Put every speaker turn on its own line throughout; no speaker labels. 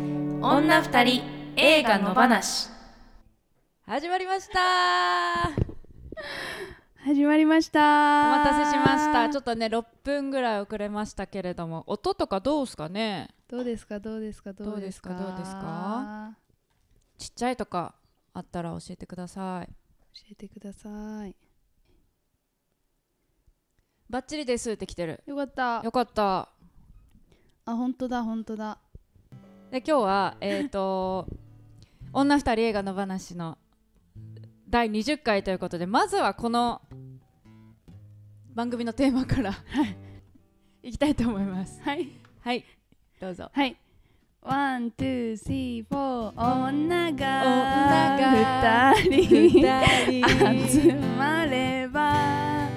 女二人映画の話
始まりました
始まりました
お
お
待たせしま したちょっとね6分ぐらい遅れましたけれども音とかどうすかね
どうですかどうですかどうですか
どうですかちっちゃいとかあったら教えてください
教えてください
バッチリですって来てる
よかった
よかった
あ本当だ本当だ
で今日はえっ、と女二人映画の話の第20回ということでまずはこの番組のテーマから いきたいと思います
はい
はいどうぞ
はいワン、ツー、スリー、フォー女
が
が二人集まれば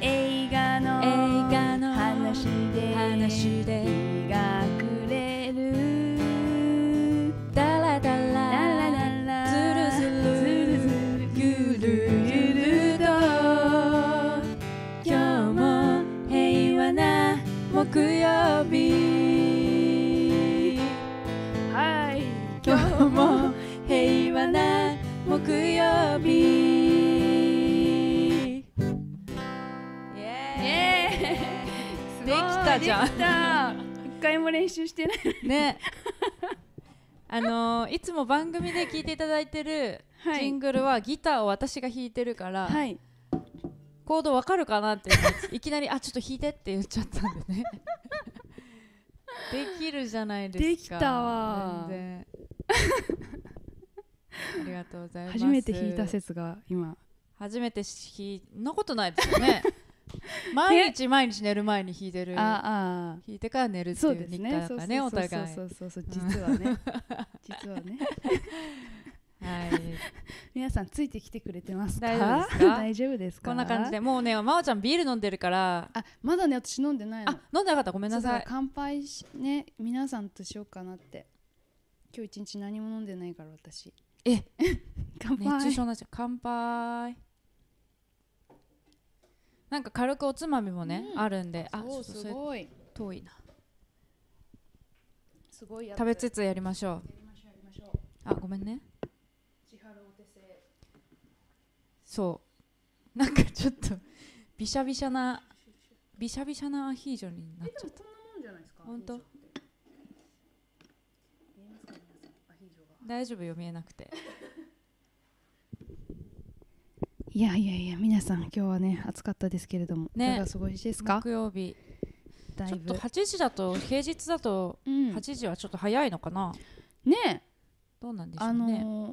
映画の
映画の
話で
話で
日が暮れる
ダラダ
ララ
ラ
ララ
ずるずる
ずるず
ゆるゆると今日も平和な木曜日
はい
今日も平和な木曜日イエーイ
すごい
できた じゃん
できた一回も練習してない
ねあのーいつも番組で聴いていただいてる
はい
ジングルはギターを私が弾いてるから、
はい
コードわかるかなっていうやついきなり「あちょっと弾いて」って言っちゃったんで ねできるじゃないですか
できたわ
全然ありがとうございます
初めて弾いた説が今
初めて弾いんなことないですよ ね毎日毎日寝る前に弾いてる弾
あ
いてから寝る
あ
って
そう
いう
です
日
ね
課だか
そう
ら
そう
ね
そ
お互い
うそうそうそうそう実は ね実はね
はい
皆さんついてきてくれてますか
大丈夫ですか
大丈夫ですか
こんな感じでもうねまおちゃんビール飲んでるから
あまだね私飲んでないの
あ飲んでなかったごめんな
そう
さ
だ
い
乾杯しね皆さんとしようかなって今日一日何も飲んでないから私
え
乾杯
熱中症になっちゃう乾杯なんか軽くおつまみもね、あるんであ
そう
ちょっ
す
とそれ
ごい
遠いな
すごいやつ
食べつつやりましょう
やりましょうやりましょう
あごめんね
千春お手製
そうなんかちょっとびしゃびしゃなびしゃびしゃなアヒージョになっちゃっ
こんなもんじゃないですか
た本当
見えますか皆さんアヒージョが
大丈夫よ見えなくて
いやいやいや皆さん今日はね暑かったですけれども、
ね
いかがお過ごしですか
木曜日
だ
ちょ
い
っと
ぶ
8時だと平日だと
うんね
8時はちょっと早いのかな、
え
どうなんでしょう
あ
ね、
のー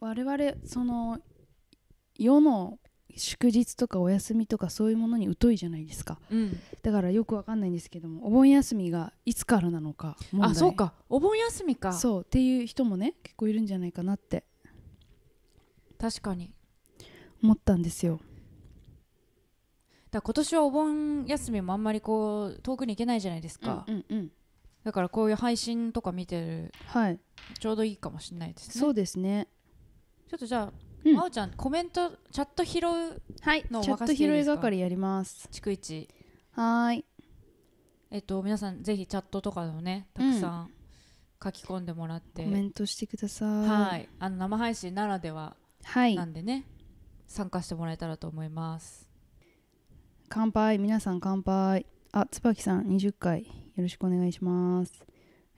我々その世の祝日とかお休みとかそういうものに疎いじゃないですか
うん
だからよくわかんないんですけどもお盆休みがいつからなのか問題
あそうかお盆休みか
そうっていう人もね結構いるんじゃないかなって
確かに
思ったんですよ
だから今年はお盆休みもあんまりこう遠くに行けないじゃないですか、
うんうんうん
だからこういう配信とか見てる
はい
ちょうどいいかもしれないですね
そうですね
ちょっとじゃあ、
うん
まおちゃんコメントチャット拾う
はいチ
の
ャ
を
ッ
任
ト
せていい
拾
で
い
すか
係やります
逐一
はーい
えっと皆さんぜひチャットとかをねたくさん書き込んでもらって、
コメントしてください
はいあの生配信ならでは
はい
なんでね、参加してもらえたらと思います
乾杯皆さん乾杯あ椿さん20回よろしくお願いしますあ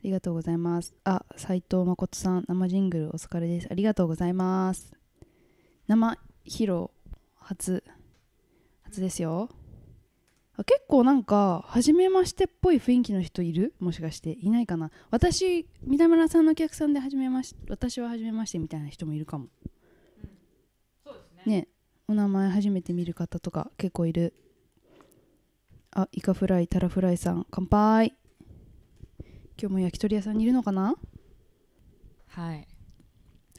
りがとうございますあ斉藤誠さん生ジングルお疲れですありがとうございます生披露初初ですよあ結構なんか初めましてっぽい雰囲気の人いるもしかしていないかな私三田村さんのお客さんで初めまして私は初めましてみたいな人もいるかも
そうですね
ねお名前初めて見る方とか結構いるあイカフライタラフライさん乾杯今日も焼き鳥屋さんにいるのかな
はい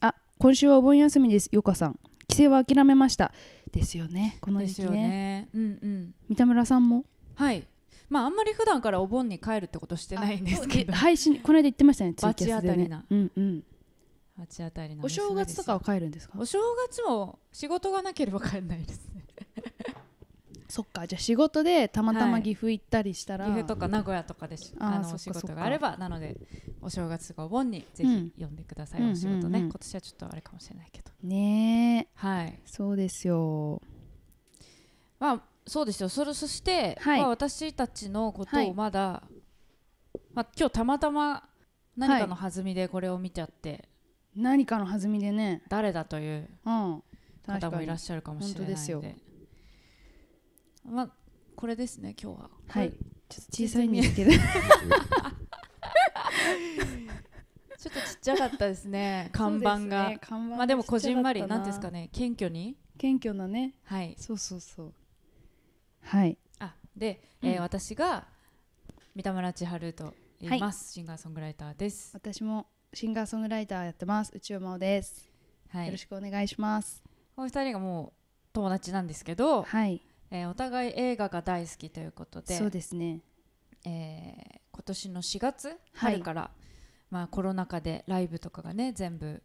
あ今週はお盆休みですよかさん帰省は諦めましたですよねこの
で
時
す
期
よ
ね
ねうんうん
三田村さんも
はいまああんまり普段からお盆に帰るってことしてないんですけど
あ配信この間言ってましたねツ
バ
イキ
チ
ャ
当
スで
たり
ね
な
うんうん
八あたりの
お
娘ですよ
正月とかは帰るんですか
お正月も仕事がなければ帰んないですね
そっかじゃあ仕事でたまた
は
ま
い
岐阜行ったりしたら、
岐阜とか名古屋とかでし
あー
あ
そ
の
っか
お仕
そっ
事
か
があればなのでお正月がお盆にぜ
うん
ひ呼んでください、
うん
お仕事ね、
うんうん
今年はちょっとあれかもしれないけど
ねえ
はい
そうですよ
まあそうですよそれそして、
はい
まあ、私たちのこと
はい
をまだ、まあ、今日たまたま何かの弾みでこれを見ちゃって、
何かの弾みでね
誰だという
うん確
方
か
もい
に
らっしゃるかもしれないので
本当ですよ
まあこれですね今日は
はい
こ
ちょっと小さいんですけど
れ ちょっとちっちゃかったですね看板
そう
が
すね看板が
まあでもこじんま
ち
り
っちゃか
な
った
んですかね謙虚に
謙虚なね
はい
そうそうそうはい
あで、
うん
えー私が三田村千春と言います、シンガーソングライターです
私もシンガーソングライターやってます内尾真央です、
は
よろ
い
しくお願いします
この二人がもう友達なんですけど、
はい
えーお互い映画が大好きということで
そうですね
えー今年の4月春から、まあ、コロナ禍でライブとかがね全部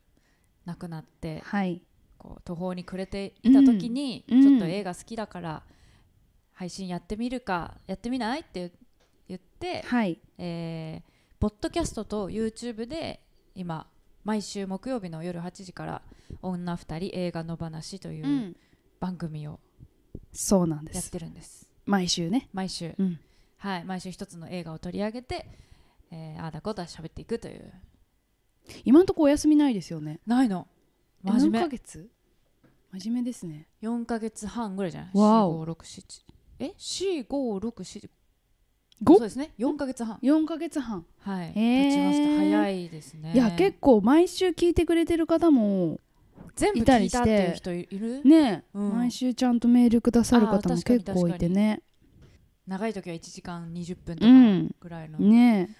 なくなって
はい
こう途方に暮れていた時に、
うん
ちょっと映画好きだから配信やってみるかやってみないって言って、
はい
えーポッドキャストと YouTube で今毎週木曜日の夜8時から「女二人映画の話」と
う
いうん番組を
そうなんで
やっ
す
てるんです、
毎週ね
毎週、
うん
はい、毎週一つの映画を取り上げて、えーああだこうだ喋っていくという
今んとこお休みないですよね
ないの
え
真
何
面
ヶ
目
月真面目ですね
4ヶ月半ぐらいじゃない
わお
4567え四4567
ご
そうですね4ヶ月半
4ヶ月半、
はい経
へー
ちました早いですね
いや結構毎週聞いてくれてる方も
全部
いた
聞
り
い
して
たっていう人いる
ね、
うん
毎週ちゃんとメールくださる方
あ
も
ー確かに
結構いてね
長い時は1時間20分と
う
か
ん
ぐらいの
ね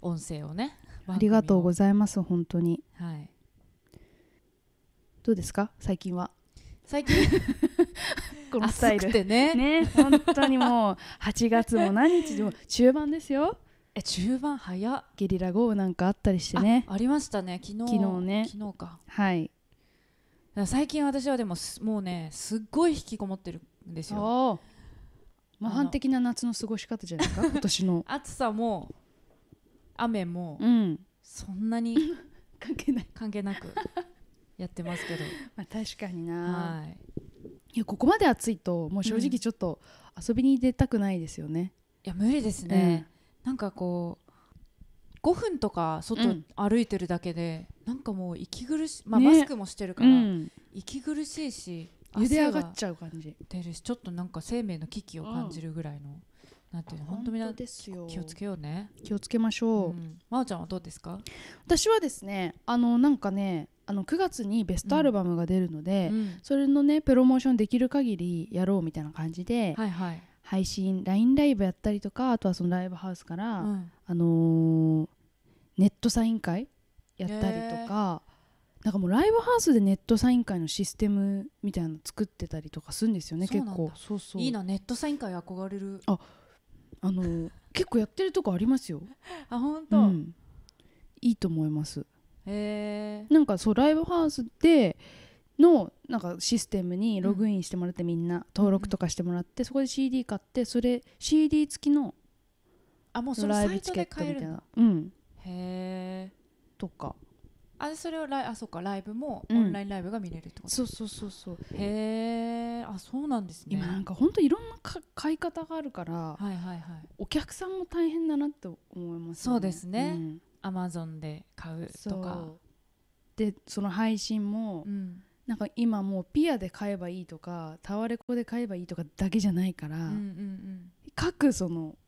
音声をね、
ありがとうご
ざい
ざいます本当に
ます、はい、
どうですか最近は
最近
こ
暑くてね
ね本当にもう8月も何日でも中盤ですよ
え中盤早っ
ゲリラ豪雨なんかあったりしてね
あありましたね昨日
昨日ね
昨日か
はい
だから最近私はでもすもうねすっごい引きこもってるんですよ
そう模範的な夏の過ごし方じゃない ですか今年の
暑さも雨も
うん
そんなに
関係ない
関係なくやってますけど
まあ確かにな
はい
いやここまで暑いともう正直ちょっと遊びに出たくないですよね
いや無理ですね、なんかこう5分とか
う
外
ん
歩いてるだけで、なんかもう息苦しい、まあ
ね
マスクもしてるか
う
ら、
ん
息苦しいし
茹で上がっ
ゃ
ちゃう感じ
ってるしちょっとなんか生命の危機を感じるぐらいの、なんていうの本当みんな
ですよ
気をつけようね
気をつけましょう、
うんまおちゃんはどうですか、
私はですねあのなんかねあの9月にベストアルバムが出るので、
うん
それのねプロモーションできる限りやろうみたいな感じで、
はいはい、
配信 LINE ライブやったりとかあとはそのライブハウスから、
うん
あのーネットサイン会やったりとか、なんかもうライブハウスでネットサイン会のシステムみたいなの作ってたりとかするんですよね
そう
結
なんだ
構そうそう
いいなネットサイン会憧れる
あのー結構やってるとこありますよ、
あ本
う
当、
ん、いいと思います
へえ
なんかそうライブハウスでのなんかシステムにログインしてもらってみんな登録とかしてもらって、そこで CD 買ってそれ CD 付きの
あもうそれ
ラ
サ
イブ
イ
チ
ト
ケ
で
ット
買え
み
る
たい
んだ
な、うん、
へえ
とか
あでそれをライあそうかライブもオ
うん
ンラインライブが見れるってこと、
そうそうそうそう、
へえあそうなんですね
今なんかほんといろんなか買い方があるから
はいはいはい
お客さんも大変だなって思いますよ
そうですね
ん
アマゾンで買うとか
そうでその配信も、
うん
なんか今もうピアで買えばいいとかタワレコで買えばいいとかだけじゃないから、
うんうん
各その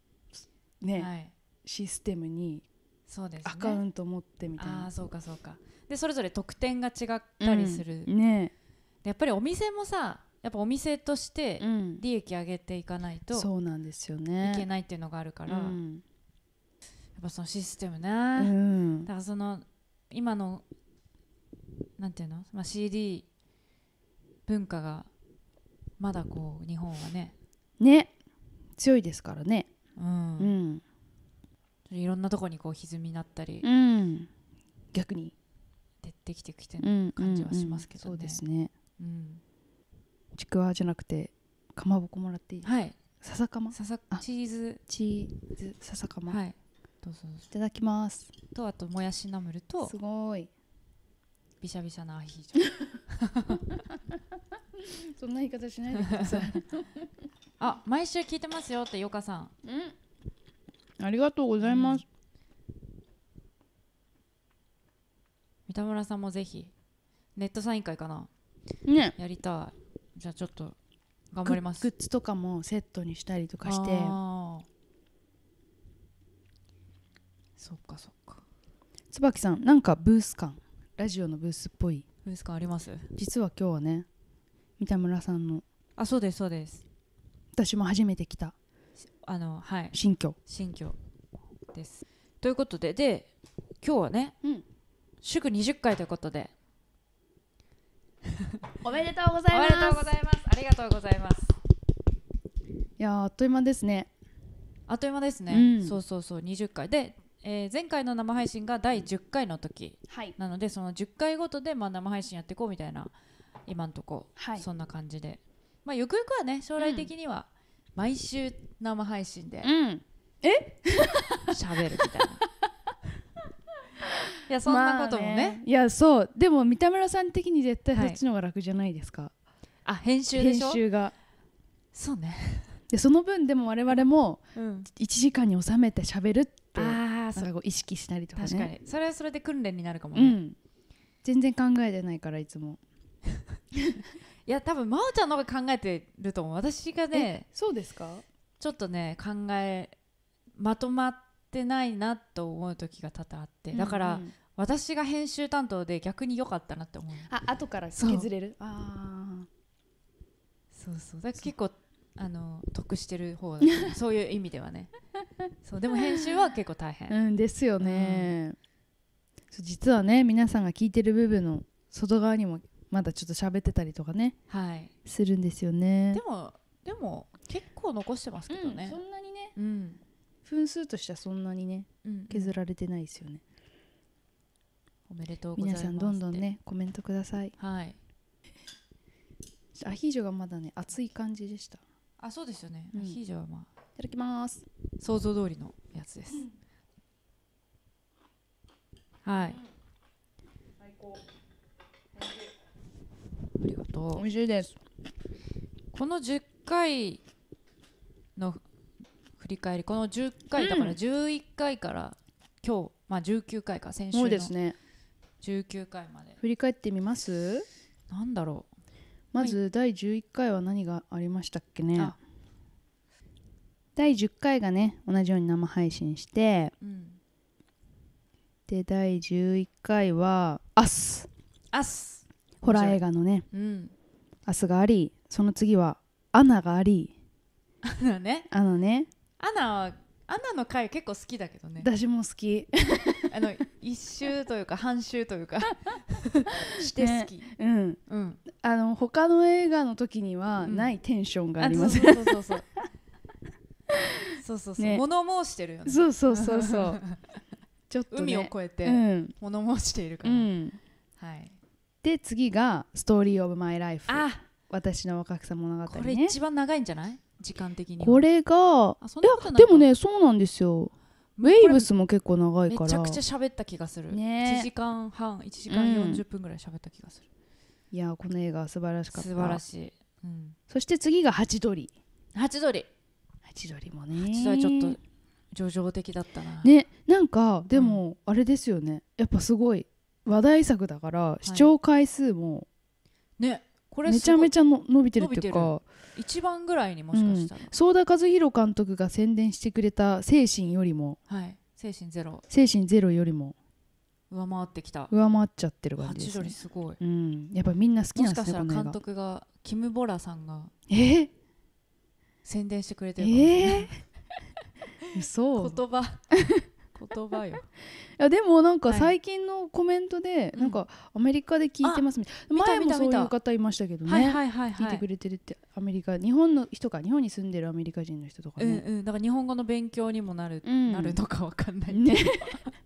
う
ね、
んはい
システムに
そうですね
アカウント持ってみたい
あ
な
あ。そうかそうかでそれぞれ特典が違ったりする、
う
で
んね
やっぱりお店もさやっぱお店として
うん
利益上げていかないと
そうなんですよね。
いけないっていうのがあるから、
う
や
ん
っぱそのシステムね、
うん
だからその今のなんていうの、まあ、CD 文化がまだこう日本はね、
ね強いですからね。
うん
うん
いろんなとこにこう歪みになったり
うん逆に
出てきてきてる
感
感じはしますけどね
そうですね。
うん
ちくわじゃなくてかまぼこもらっていい
はい
笹かま
ささ
あ
チーズ
チーズ笹かま、い、
はいどうぞどうぞ
ただきます
とあともやしナムルと
すごい
びしゃびしゃなアヒー ジョ
そんな言い方しないでください
あ毎週聞いてますよってよかさん
ありがとうございます、
三田村さんもぜひネットサイン会かな
ね
やりたいじゃあちょっと頑張ります
グッグッズとかもセットにしたりとかして
あーそっかそっか
椿さんなんかブース感ラジオのブースっぽい
ブース感あります
実は今日はね三田村さんの
あそうですそうです
私も初めて来た
あのはい
新居
新居ですということでで今日はね、
うん
祝20回ということで
おめでとうご
おめでとうございますありがとうございます
いやーあっという間ですね
あっという間ですね、
うん
そうそうそう20回で、えー前回の生配信が第10回の時
はい
なのでその10回ごとでまあ生配信やっていこうみたいな今んとこ、
はい
そんな感じでまあゆくゆくはね将来的には毎週生配信で
うん
喋るみ たいないやそんなこともね,、あ、
いやそうでも三田村さん的に絶対
は
そ
い
っちの方が楽じゃないですか、
編集で
編
しょ
集が
そうね、
でその分でも我々も
うん、
1時間に収めて喋るってなん
ああそう
かこう意識したりとかね
確かにそれはそれで訓練になるかも
う
ね、い
ん全然考えてないからいつも
や多分真央ちゃんの方が考えてると思う私がね
そうですか
ちょっとね考えまとまってないなと思う時が多々あってだから、
うんうん
私が編集担当で逆に良かったなって思う
あ後から
そう
削れるあ
そうそうだから結構あの得してる方だと 思うそういう意味ではねそうでも編集は結構大
あ
変、
うんですよね、そう実はね皆さんが聞いてる部分の外側にもまだちょっと喋ってたりとかね
はい
するんですよね
でもでも結構残してますけどね
そんなにね
うん、うん
分数としてはそんなにね
うん
削られてないですよね
おめでとうござい
皆
ます
さんどんどんねコメントください
はい
アヒージョがまだね熱い感じでしたい
あそうですよね、
うん
アヒージョはまあ
ただきます
想像通りのやつです、はいありがとう
美味しいです
この10回の振り返りこの10回だから11回から今日、まあ、19回か先週
もう
の
ですね
19回まで、
振り返ってみます
なんだろ
まず第11回は何がありましたっけね、
あ
第10回がね同じように生配信して
う、うん、
で第11回は「アス
アス、
ホラー映画のね
うん、
「アスがありその次は「アナ」があり
アナね
「アナね」
アナはアナの回結構好きだけどね
私も好き
あの一周というか半周というかして好き、
うん
うん
あの他の映画の時には
うん
ないテンションがあります、
そうそうそうそう そうそうそう、
ね
物申してるよね
そうそうそうそう ちょっと、ね、
海を越えて
うん、
物申しているか
う
ら、
ん、
はい
で次が「ストーリー・オブ・マイ・ライフ」
あ
私の若草物語
これ
ね
一番長いんじゃない時間的には
これが
あそん
い
なこと
や
ない
で
か
もねそうなんですよウェイブスも結構長い
め
から
ちゃくちゃ喋った気がする、
ね
1時間半1時
う
間
ん
40分ぐらい喋った気がする、
いやこの映画は素晴らしかった
素晴らしい、うん、
そして次がハチドリ
ハチドリ
ハチドリもね
実はちょっと叙情的だったな、
ねなんかでもあれですよねやっぱすごい話題作だから視聴回数も
ねこれ
めちゃめ
ち
ちゃの伸びてるってい
伸
うか
ゃ一番ぐらいにもしかしたら、
相田和弘監督が宣伝してくれた「精神」よりも
はい精神ゼロ
「精神ゼロ」よりも
上回ってきた、
上回っちゃってる
ハ
感じで
チ
す
ドリ
ね
すごい
うんやっぱみんな好き
も
なん
し
で
か
す
し
ね
た
こ
ら
の
監
映画
督がキム・ボラさんが
えー
宣伝してくれてるかもしれない
えー、嘘
言葉言葉よ
いやでもなんか
はい
最近のコメントで、
うん
なんかアメリカで聞いてますみたいな
あ
前
見
も
た
そ
見た
ういう方いましたけどね、
はいはいはいはい
聞いてくれてるってアメリカ日本の人か日本に住んでるアメリカ人の人とか
うん
ね、
うん、だから日本語の勉強にもなる、
うん
なるのかわかんない
ね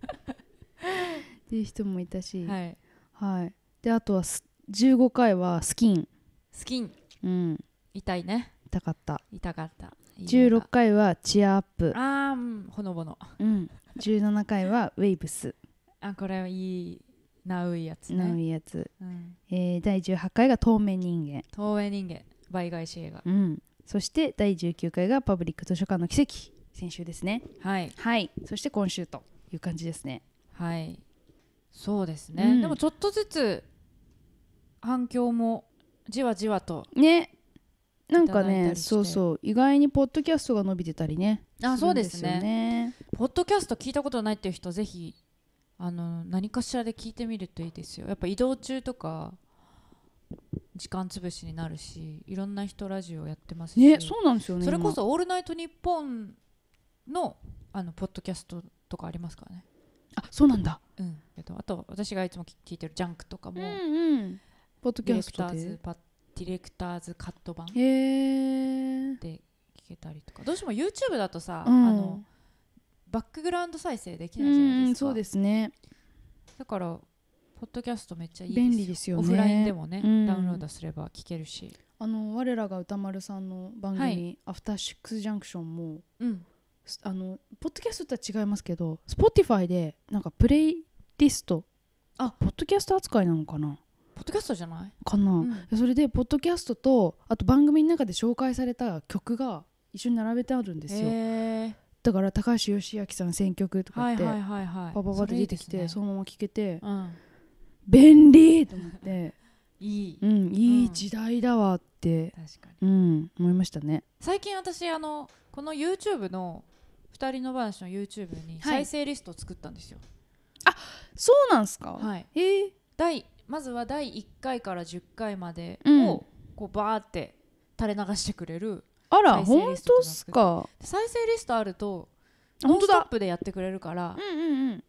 っていう人もいたし、はい
はい、
であとはす15回はスキン、
スキン
うん、
痛いね
痛かった
痛かった
16回はチアアップ、
あーうんほのぼの
うん、17回はウェイブス
あこれはいいなういやつ
の
ね、
やつ、
うん、
えー第18回が透明人間、
東映人間倍返し映画
うん、そして第19回がパブリック図書館の奇跡先週ですね
はい
はいそして今週という感じですね
はいそうですね、
うん
でもちょっとずつ反響もじわじわと
ねなんか
いただいた
ね
りして
そうそう意外にポッドキャストが伸びてたりね
あそうですね
るんよね
ポッドキャスト聞いたことないっていう人ぜひあの何かしらで聞いてみるといいですよやっぱ移動中とか時間つぶしになるしいろんな人ラジオやってますし、
ねそうなんですよね
それこ
今
そ「オールナイトニッポンの」あのポッドキャストとかありますからね、
あそうなんだ
うん、えっとあと私がいつも聞聞いてる「ジャンク」とかも、
うんポッド
デ
キ
ィレ
ャス
クタ
ト
ーズ
で
パディレクターズカット版
へえ
で聞けたりとかどうしても YouTube だとさ、
うん
あのバックグラウンド再生でき
う
ないじゃないで
ん
すか、
そうですね
だからポッドキャストめっちゃいいですよ
便利ですよね
オフラインでもね、
うん
ダウンロードすれば聞けるし
あの我らが歌丸さんの番組、
はい
アフターシックスジャンクションも
うん
すあのポッドキャストとは違いますけど Spotify でなんかプレイリストあポッドキャスト扱いなのかな
ポッドキャストじゃない
かな、
うん
でそれでポッドキャストとあと番組の中で紹介された曲が一緒に並べてあるんですよ、
へー
だから高橋義明さん選曲とか
は
っ
い
て、
はいはいはい
パパパって出てき
それい
て
い
そのまま聴けて
のうん
便利と思って、
いい
うん、いい時代だわって、
確かに
うん、思いましたね
最近私あのこの YouTube の二人の話の YouTube に
は
再
い
生リストを作ったんですよ
そうなんすか、
はい
えー
第まずは第1回から10回まで
うん
をこうバーって垂れ流してくれる
あら
再生
本
リスト
当
と
っ
か
す
作って
か
再生リストあるとノ
本
ン
当
スト
だ
ップでやってくれるから
うんうんうん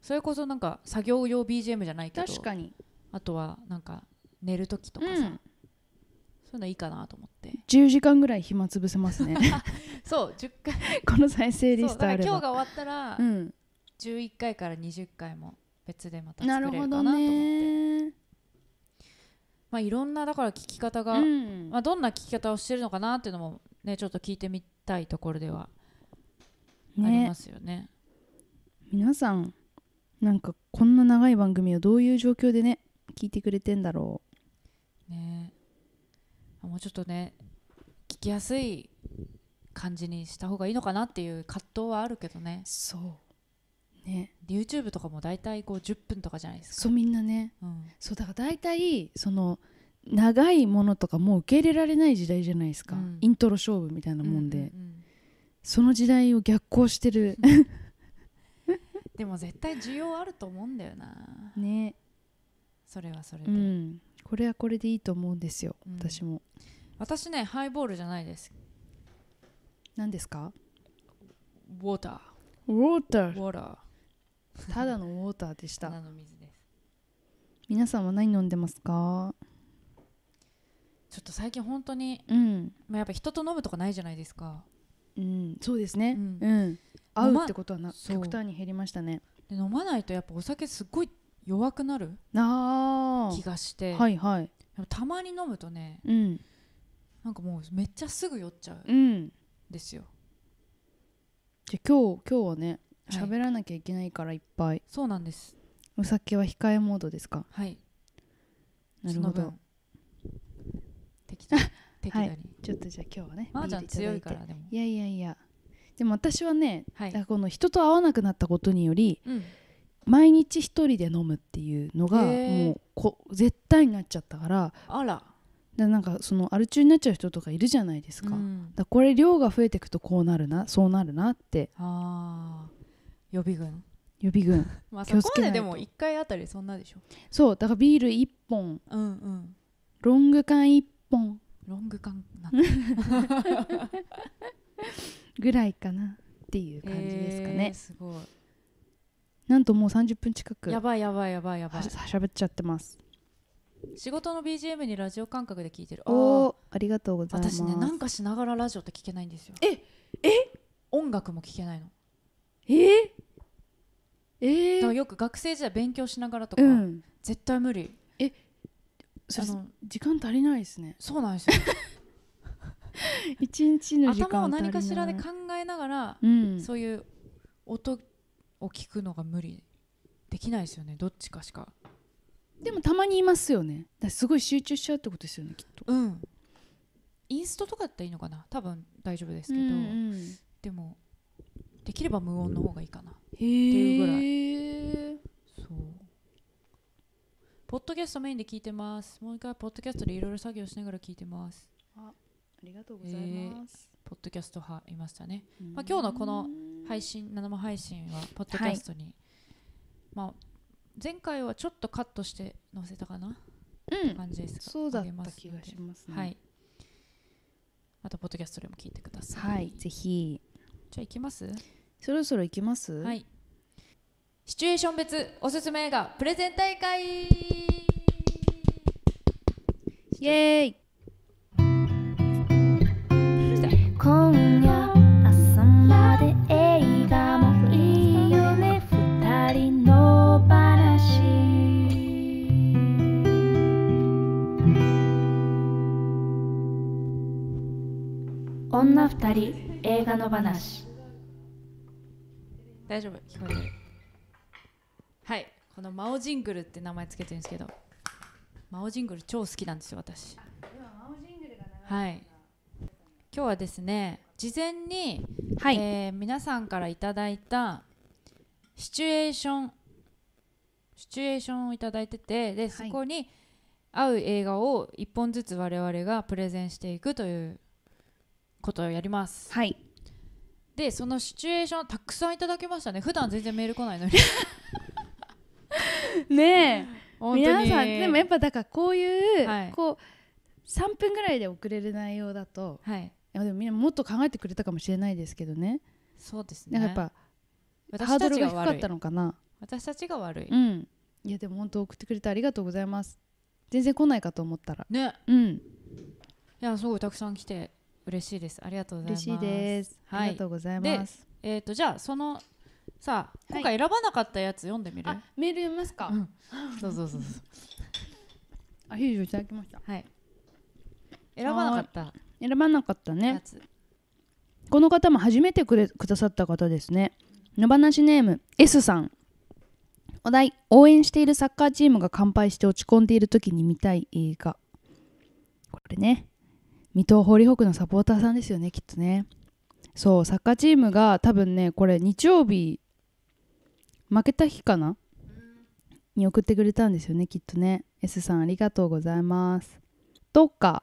それこそなんか作業用 BGM じゃないけど
確かに、
あとはなんか寝る時と
う
かさ、そ
ん、
ういうのいいかなと思って
10時間ぐらい暇つぶせますね
そう10回
この再生リ
そ
ス
うだから
トあれば
今日が終わったら、
うん、
11回から20回も別でまた
なる
作れ
ほ
るか
ど
なと思って、
ね
まあ、いろんなだから聞き方が、
うん
まあ、どんな聞き方をしてるのかなっていうのもねちょっと聞いてみたいところではあり
ね
ますよね
皆さんなんかこんな長い番組をどういう状況でね聞いてくれてんだろ
ねもうちょっとね聞きやすい感じにした方がいいのかなっていう葛藤はあるけどね
うそうね
YouTube とかも大体こう10分とかじゃないですか
そうみんなね
うん
そうだから大体その長いものとかもう受け入れられない時代じゃないですか、
うん
イントロ勝負みたいなもんで、
うううん
その時代を逆行してる
でも絶対需要あると思うんだよな
ね
それはそれで、
うんこれはこれでいいと思うんですよ、
うん
私も
私ねハイボールじゃないです
何ですか
ウォータ
ウォータ
ーウォータ
ーただのウォーターでし
ー
た
花の水です
皆さんは何飲んでますか
ちょっと最近本当に、
うん
まあ、やっぱ人と飲むとかないじゃないですか
うん、そうですね。
う
うんん、合
ま
うってことはな、
そう
極端に減りましたね。
で飲まないとやっぱお酒すっごい弱くなる
あ
気がして、
あ、はいはい、
やっぱたまに飲むとね
うん、
なんかもうめっちゃすぐ酔っちゃうん
うん。
ですよ、
じゃあ今日今日はね、
はい
喋らなきゃいけないからいっぱい。
そうなんです
お酒は控えモードですか。
はい
なる
その
ほど。
分適当 に適当に、
ちょっとじゃあ今日はね、
まー、ちゃん
ビール
強
い
い
た
か
だいて
らでも
いやいやいや。でも私はね、
はい
だからこの人と会わなくなったことにより
うん
毎日一人で飲むっていうのが
へー
もうこ絶対になっちゃったから
あら
でなんかそのアル中になっちゃう人とかいるじゃないですか、
うん
だこれ量が増えていくとこうなるなそうなるなって
あー予備軍
予備軍
まあ
気をつけないと
そこまででも1回あたりそんなでしょ
そうだからビール1本
うんうん
ロング缶1本
ロング缶なん
ぐらいかなっていう
て、
感じですかね
すごい
なんともう30分近く
やばいやばいやばいやば
はいしゃべっちゃってます
仕事の BGM にラジオ感覚で聞いてる
お
あー
ーありがとうございます
私ねなんかしながらラジオって聞けないんですよ
え
音楽も聞けないの
えー、え
だから
ー、
よく学生時代勉強しながらとか、
うん
絶対無理
それ
あの
時間足りないですね
そうなんですよ
一日の時間
頭を
足りな
何
い
かしらで考えながら、
うん
そういう音を聞くのが無理できないですよねどっちかしか
でもたまにいますよねだからすごい集中しちゃうってことですよねきっと
うんインストとかだったらいいのかな多分大丈夫ですけど、
うんうん
でもできれば無音の方がいいかな
へえ
ていうぐら
い
そうポッドキャストメインで聞いてますもう一回ポッドキャストでいろいろ作業しながら聞いてます
ありがとうございます、
ポッドキャスト派いましたねまあ今日のこの配信生配信はポッドキャストに、まあ前回はちょっとカットして載せたかな、
うん
感じですが
そうだっ
あげま
た
す
気がします
の
ね
ではいまたポッドキャストでも聞いてください、
はいぜひ
じゃあ行きます
そろそろ行きます
はいシチュエーション別おすすめ映画プレゼン大会
イエーイ
今夜朝まで映画もいいよね二人の話女二人映画の話
大丈夫聞こえてるはいこの「マオジングル」って名前つけてるんですけどマオジングル超好きなんですよ私はい今日はですね事前に、
はい
えー皆さんからいただいたシチュエーションシチュエーションをいただいててで、そこに合う映画を1本ずつ我々がプレゼンしていくということをやります
はい
でそのシチュエーションたくさんいただきましたね普段全然メール来 ないのに
ねえ
本当に
皆さんでもやっぱだからこういう、
はい
こう3分ぐらいで送れる内容だと
はい
いやでもみんなもっと考えてくれたかもしれないですけどね
そうですね
なんかやっぱ、ハー
私
ド
た
ル
ち
が
が
低か
悪
っ
い
たのかな
私たちが悪い
うんいやでも本当送ってくれてありがとうございます全然来ないかと思ったら
ね
うん
いやすごいたくさん来て嬉しいですありがとうございま
嬉
す
しいです、
はい
ありがとうございます
えっ、とじゃあそのさあ
は
今
い
回選ばなかったやつ読んでみる、
メール読みますか
うんそうそうそうそう
あヒュージョいただきました
はい選ばなかった
選ばなかった
や
ね
つ
この方も初めてくれくださった方ですね野放しネーム S さんお題応援しているサッカーチームが乾杯して落ち込んでいる時に見たい映画これね水戸堀北のサポーターさんですよねきっとねそうサッカーチームが多分ねこれ日曜日負けた日かなに送ってくれたんですよねきっとね S さんありがとうございますどうか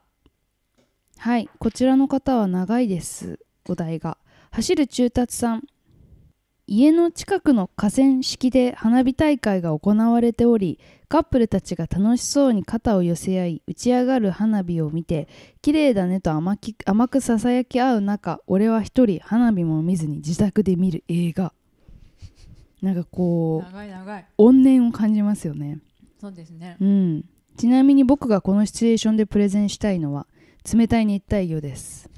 はいこちらの方は長いですお題が走る中達さん家の近くの河川敷で花火大会が行われておりカップルたちが楽しそうに肩を寄せ合い打ち上がる花火を見て綺麗だねと甘き甘くささやき合う中俺は一人花火も見ずに自宅で見る映画なんかこう
長い長い
怨念を感じますよね、
そうですね
うん、ちなみに僕がこのシチュエーションでプレゼンしたいのは冷たい熱帯魚です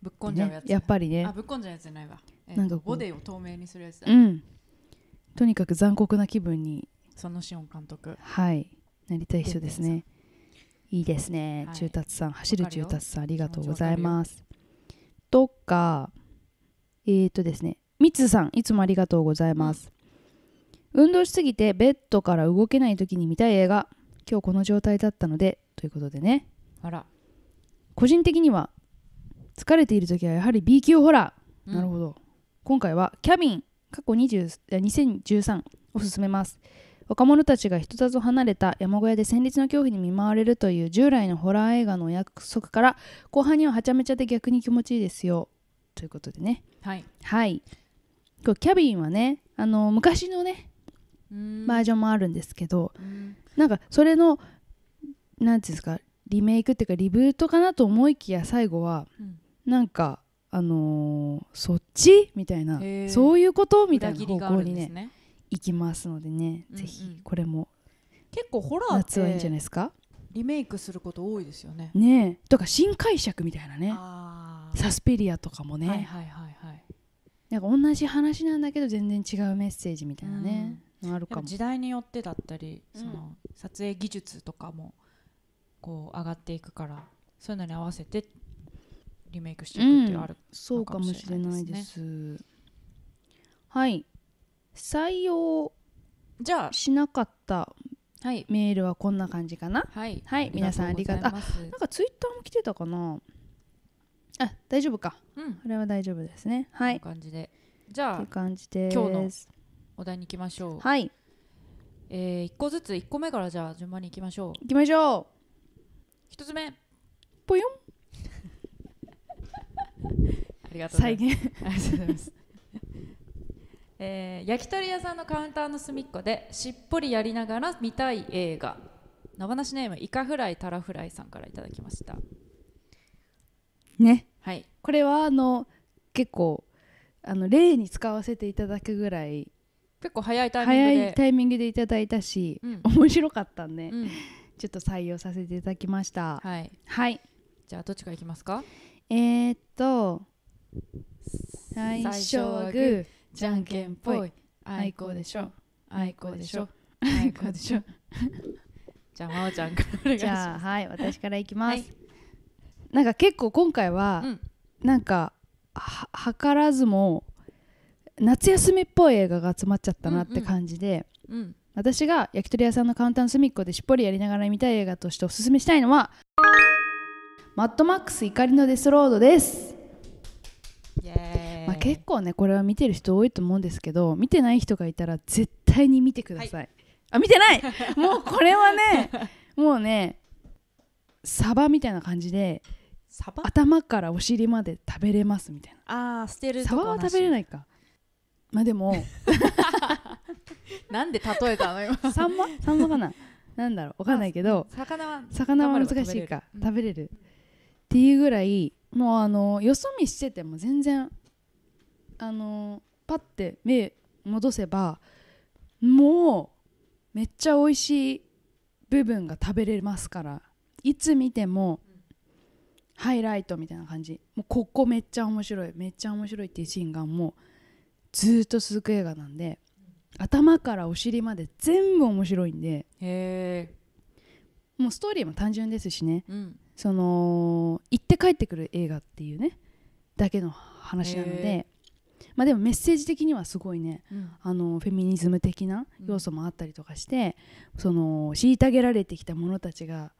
ぶっこんじゃうや
ね
つ、
やっぱりね
あぶっこんじゃうやつじゃないわ、えー
なん
と
かこう
ボディを透明にするやつだ、
うんとにかく残酷な気分に
そのシオン監督
はいなりたい人ですねいいですね、
はい
中達さん走る中達さんありがとうござい
気持ちわ
ますとかえーとですねみつさんいつもありがとうございます、運動しすぎてベッドから動けない時に見たい映画今日この状態だったのでということでね
あら、
個人的には疲れている時はやはり B 級ホラー、
うん
なるほど今回はキャビン過去20え2013を進めます若者たちが人里離れた山小屋で戦慄の恐怖に見舞われるという従来のホラー映画のお約束から後半にははちゃめちゃで逆に気持ちいいですよということでね
はい
はいこれキャビンはねあの昔のね
うーん
バージョンもあるんですけど、
うん
なんかそれのなんていうんですかリメイクっていうかリブートかなと思いきや最後は
うん
なんかあのーそっちみたいな
へー
そういうことみた
裏
い
切
な
り
方
がある
向
ん
に
で
ね
すね
行きますのでね、
うんうん
ぜひこれも
結構ホラーって
夏はいいんじゃないですか
リメイクすること多いですよね
ねえとか新解釈みたいなね
あ
サスペリアとかも
あ、
ね、
はいはいはいはい
なんか同じ話なんだけど全然違うメッセージみたいなね、のある
やっ
か
ぱ
も
時代によってだったり、
うん
その撮影技術とかもこう上がっていくからそういうのに合わせてリメイクしていくっていうある、
そうかもしれないですはい採用
じゃ
しなかった
あはい
メールはこんな感じかな
はい
はい皆さんありがとう
ございます
なんかツイッターも来てたかなあ大丈夫か
うん
これは大丈夫ですねは
こんない感じでじ
と
ゃ
いう
あ
感じです
今日のお題に行きましょう、
はい
えー、1個ずつ1個目からじゃあ順番に行きましょう
行きましょ
1つ目
ぽよ
んありが
う
とうございます
現
ありがとうございます。えー焼き鳥屋さんのカウンターの隅っこでしっぽりやりながら見たい映画野放しネームイカフライタラフライさんからいただきました
ね
はい
これはあの結構あの例に使わせていただくぐらい
結構早いタイミング
早
で
いタイミングでいただいたし、
うん
面白かったんで、
うん、
ちょっと採用させていただきました
はい
はい
じゃあどっちからいきますか
えー、っと最初はグーじゃんけんぽいあいこでしょあいこでしょ
あい
あいこ
こ
で
で
し
し
ょ
ょじゃあ真央ちゃんからお願いし
じ
ま
ゃあはい私からいきま
は
す、
い
なんか結構今回は
す、うん
なんかは図らずも夏休みっぽい映画が集まっちゃったなっ
うん
て
うん
感じで、
うん
私が焼き鳥屋さんのカウンターの隅っこでしっぽりやりながら見たい映画としておすすめしたいのはマッドマックス怒りのデスロードです、
イエーイ、
まあ、結構ねこれは見てる人多いと思うんですけど見てない人がいたら絶対に見てください、あ見てない もうこれはねもうねサバみたいな感じで
サバ
頭からお尻まで食べれますみたい
あー捨て
な
る
サバは食べれ
い
ないかまあでも
なんで例えたの今
サンマ サンマかななんだろうわかんないけど
魚は
魚は難しいか食
頑
べれる,、っていうぐらいもうあのよそ見してても全然あのパッて目戻せばもうめっちゃ美味しい部分が食べれますからいつ見てもハイライトみたいな感じもうここめっちゃ面白いめっちゃ面白いっていうシーンがもうずーっと続く映画なんで頭からお尻まで全部面白いんで
へえ
もうストーリーも単純ですしね
うん
その行って帰ってくる映画っていうねだけの話なので、まあ、でもメッセージ的にはすごいね
うん
あのフェミニズム的な要素もあったりとかして、その虐げられてきた者たちが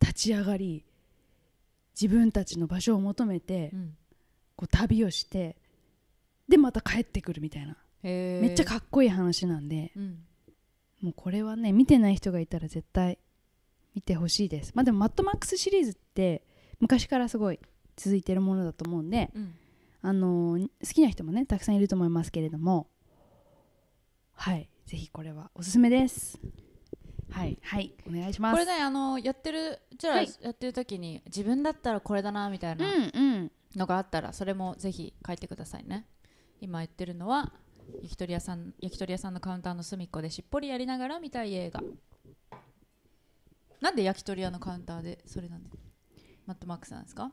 立ち上がり自分たちの場所を求めて
うん
こう旅をしてでまた帰ってくるみたいな、
へー
めっちゃかっこいい話なんで
うん
もうこれはね見てない人がいたら絶対見てほしいですまあでも「マッドマックス」シリーズって昔からすごい続いてるものだと思うんで、
うん
あのー好きな人もねたくさんいると思いますけれどもはいぜひこれはおすすめですはいはいお願いします
これねあのやってるうちら
はい
やってる時に自分だったらこれだなみたいな
うんうん
のがあったらそれもぜひ書いてくださいね今言ってるのは焼き鳥屋さん焼き鳥屋さんのカウンターの隅っこでしっぽりやりながら見たい映画なんで焼き鳥屋のカウンターでそれなんでマットマックスなんですか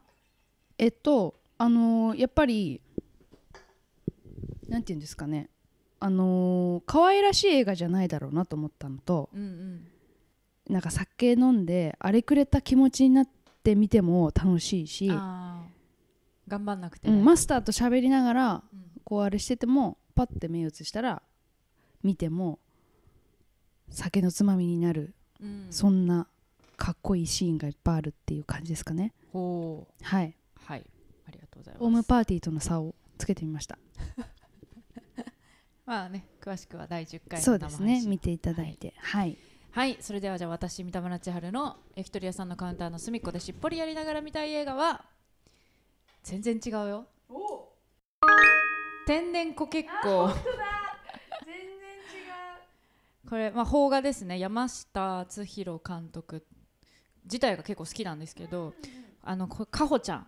えっとあのーやっぱりなんて言うんですかねあのー可愛らしい映画じゃないだろうなと思ったのと、
うんうん
なんか酒飲んで荒れくれた気持ちになってみても楽しいし、
あー頑張んなくて、
うんマスターと喋りながら
うん
こうあれしててもパッて目移したら見ても酒のつまみになる、
うん
そんなかっこいいシーンがいっぱいあるっていう感じですかね
ほう
はい
はいありがとうございます
ホームパーティーとの差をつけてみました
まあね詳しくは第10回の
そう
生
で
配信
すね見ていただいてはい、
はいそれではじゃあ私三田村千春の焼き鳥屋さんのカウンターの隅っこでしっぽりやりながら見たい映画は全然違うよ天然コ結構
全然違
これまあ邦画ですね山下敦弘監督自体が結構好きなんですけどあのこかほちゃん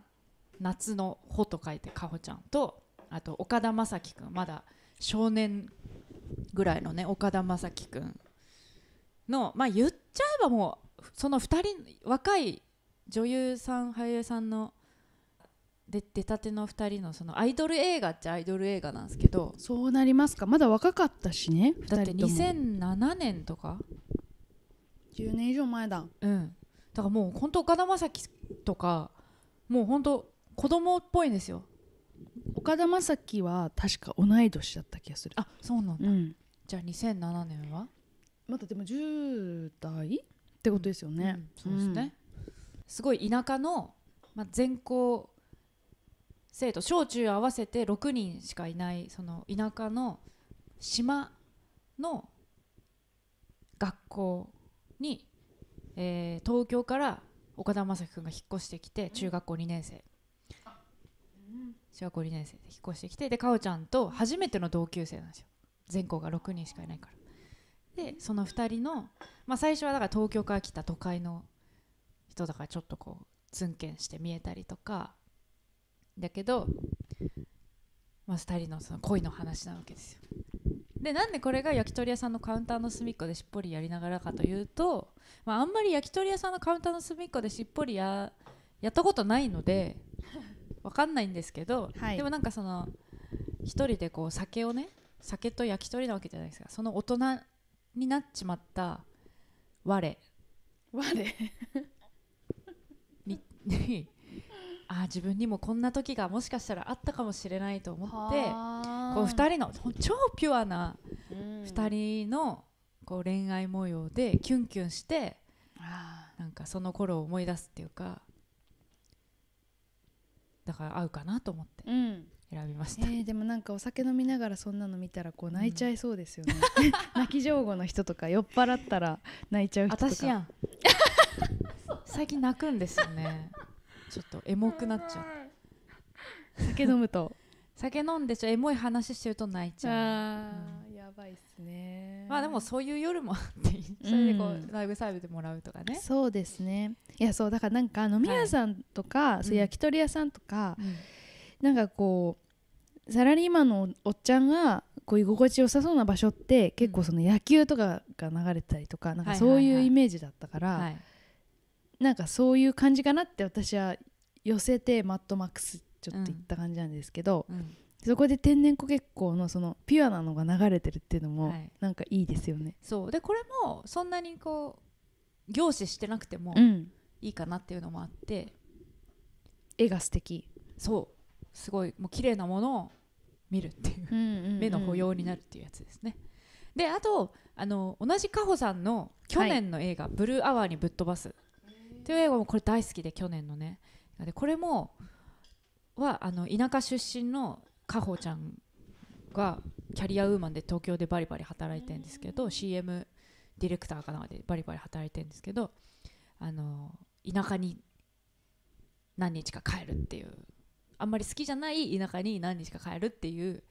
夏の穂と書いてかほちゃんとあと岡田将生くんまだ少年ぐらいのね岡田将生くんのまあ言っちゃえばもうその2人若い女優さん俳優さんので出たての2人のそのアイドル映画っちゃアイドル映画なんですけど
うそうなりますかまだ若かったしね
だっ
2
て
人とも
2007年とか
10年以上前だ
うん、だからもう本当岡田将生とかもう本当子供っぽいんですよ
岡田将生は確か同い年だった気がする
あそうなんだ、
うん
じゃあ2007年は
まだでも10代ってことですよね、
うんそうですね、すごい田舎の、まあ、全校生徒小中合わせて6人しかいないその田舎の島の学校に、えー東京から岡田将生君が引っ越してきて中学校2年生中学校2年生で引っ越してきてでかおちゃんと初めての同級生なんですよ全校が6人しかいないからでその2人の、まあ、最初はだから東京から来た都会の人だからちょっとこうツンケンして見えたりとかだけど、まあ、2人のその恋の話なわけですよでなんでこれが焼き鳥屋さんのカウンターの隅っこでしっぽりやりながらかというと、まあ、あんまり焼き鳥屋さんのカウンターの隅っこでしっぽりややったことないの でわかんないんですけど、
はい
でもなんかその一人でこう酒をね酒と焼き鳥なわけじゃないですかその大人になっちまった我
我
にに あー自分にもこんな時がもしかしたらあったかもしれないと思ってこう2人のほん超ピュアな2人のこう恋愛模様でキュンキュンしてなんかその頃を思い出すっていうかだから合うかなと思って
うん
選びまし
え
た、
ーでもなんかお酒飲みながらそんなの見たらこう泣いちゃいそうですよ ね、泣き上手の人とか酔っ払ったら泣いちゃう人とか
私 やん最近泣くんですよねちょっとエモくなっちゃう
酒飲むと
酒飲んでちょエモい話してると泣いちゃう
あーやばいっすね
まあでもそういう夜もあっていいそれでこ
うん
うライブサービスでもらうとかね、
そうですねいやそうだからなんか飲み屋さんとか、そういう焼き鳥屋さんとか、なんかこうサラリーマンのおっちゃんがこう居心地よさそうな場所って結構その野球とかが流れてたりとかなんか
はい
そう
はい
いう
はい
イメージだったから、
はい
なんかそういう感じかなって私は寄せてマットマックスちょっと行った感じなんですけど、
うん
そこで天然コ結構のそのピュアなのが流れてるっていうのも
はい
なんかいいですよね。
そうでこれもそんなにこう凝視してなくても
うん、
いいかなっていうのもあって、
絵が素敵、
そうすごいもう綺麗なものを見るっていう、目の保養になるっていうやつですね。であとあの同じカホさんの去年の映画「ブルーアワーにぶっ飛ばす」という映画もこれ大好きで去年のねでこれもはあの田舎出身のカホちゃんがキャリアウーマンで東京でバリバリ働いてるんですけど CM ディレクターかなんかでバリバリ働いてるんですけどあの田舎に何日か帰るっていうあんまり好きじゃない田舎に何日か帰るっていう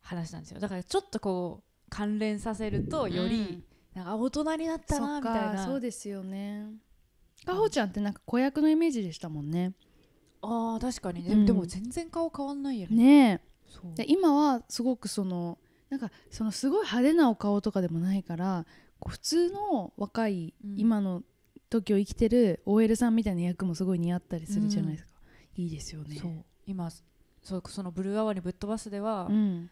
話なんですよだからちょっとこう関連させるとより、なんか大人になった
そ
な
っ
みたい
か
な
そうですよねかほちゃんってなんか子役のイメージでしたもんね
あー確かにね、
うん
でも全然顔変わんないよね
ね
そう
えで今はすごくそのなんかそのすごい派手なお顔とかでもないからこう普通の若い
うん
今の時を生きてる OL さんみたいな役もすごい似合ったりするじゃないですか、いいですよね
そう今そうそのブルーアワーにぶっ飛ばすでは、
うん、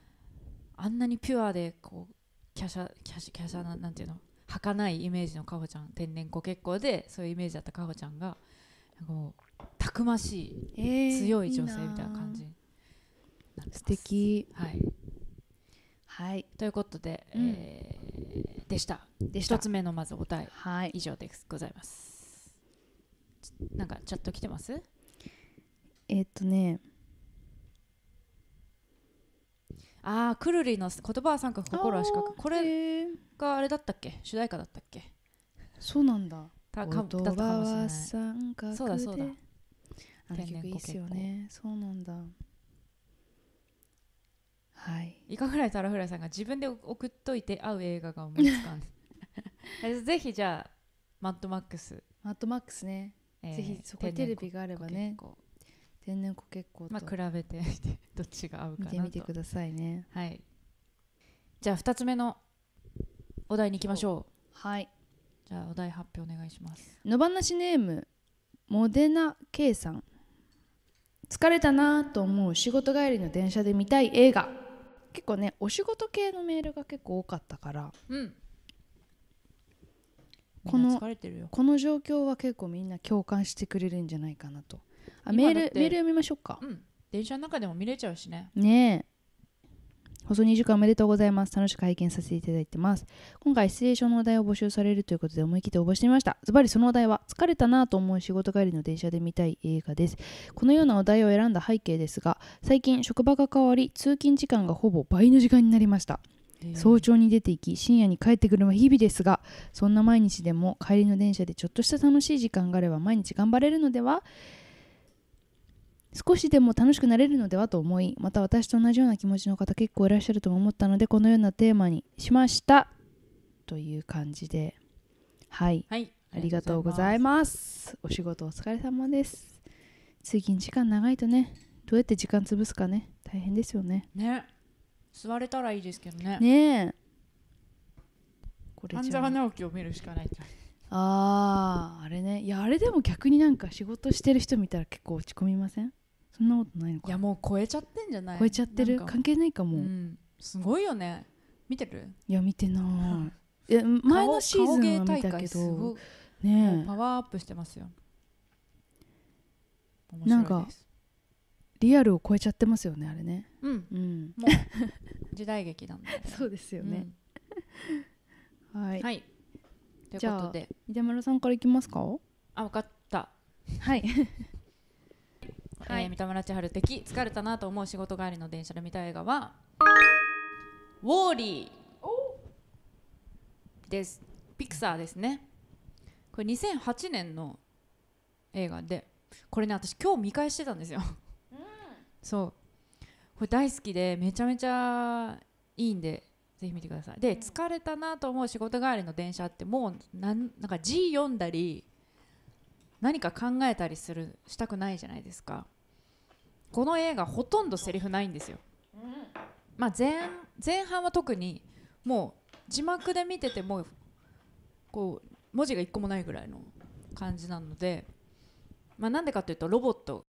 あんなにピュアでこうキャシャキャシャキャシャななんていうの儚いイメージのカホちゃん天然ご結構でそういうイメージだったカホちゃんがなんかもうたくまし
え
い
ー
強い女性みたいな感じ
い
になってます
素敵
はい
はい
ということで、
うん
えーでした
でした
一つ目のまずお題
はい
以上でございますちなんかチャット来てます
えーっとね
ああくるりの言葉は三角心は四角
あー
これ
へー
があれだったっけ主題歌だったっけ
そうなんだ
たかだった
言
か
葉
もしれな
はい三角で
そうだそうだ
あの
天然
曲いいっすよねそうなんだはい
いかぐらいたらふらいさんが自分で送っといて合う映画が思いつ かんえぜひじゃあマッドマックス、
マットマックスね、
えー
ぜひそこにテ
天
レ
然
ビがあれば
ご
ね
結構
天然コ結構と、
まあ比べて みてどっちが合うか
見
なと
てみてくださいね
はいじゃあ2つ目のお題に行きましょ
はいう
じゃあお題発表お願いします
野放しネームモデナ K さん疲れたなと思う仕事帰りの電車で見たい映画結構ねお仕事系のメールが結構多かったから
うん
この
みんな疲れてるよ
この状況は結構みんな共感してくれるんじゃないかなとあメー
今
ル
だって
メール読みましょうか
うん電車の中でも見れちゃうしね
ねえ放送2時間おめでとうございます楽しく拝見させていただいてます今回シチュエーションのお題を募集されるということで思い切って応募してみましたズバリそのお題は疲れたなと思う仕事帰りの電車で見たい映画ですこのようなお題を選んだ背景ですが最近職場が変わり通勤時間がほぼ倍の時間になりました早朝に出て行き深夜に帰ってくるのは日々ですがそんな毎日でも帰りの電車でちょっとした楽しい時間があれば毎日頑張れるのでは少しでも楽しくなれるのではと思いまた私と同じような気持ちの方結構いらっしゃるとも思ったのでこのようなテーマにしましたという感じではい
はい
ありがとうございますお仕事お疲れ様です通勤時間長いとねどうやって時間潰すかね大変ですよね
すね座れたらいいですけどね
ねえこれ
半
じゃあ
沢直樹を見るしかないって
あーあれねいやあれでも逆になんか仕事してる人見たら結構落ち込みませんそんなことないの
い
か
やもう超えちゃってんじゃない
超えちゃってる
なんか
関係ないか
う
も、
んすごいよね見てる
いや見 てないいや前のシーズンは見たけど
もう
ねえ
パワーアップしてますよ。面
なん
白い
か
です。
リアルを超えちゃってますよねあれね
うん、
うん
もう時代劇なんで。
そうですよね、は
うん
い
はい。という
じゃ
こ
あ
とで、
三田村さんからいきますか
あ、分かった。
は
え
い
ー三田村千春的疲れたなと思う仕事帰りの電車で見た映画は、ウォーリーです。ピクサーですね。これ2008年の映画で、これね私今日見返してたんですよ。そう。これ大好きでめちゃめちゃいいんで。ぜひ見てくださいで疲れたなと思う仕事帰りの電車ってもうなんなんか字読んだり何か考えたりするしたくないじゃないですかこの映画ほとんどセリフないんですよ、まあ、前前半は特にもう字幕で見ててもこう文字が1個もないぐらいの感じなので、まあ、なんでかというとロボット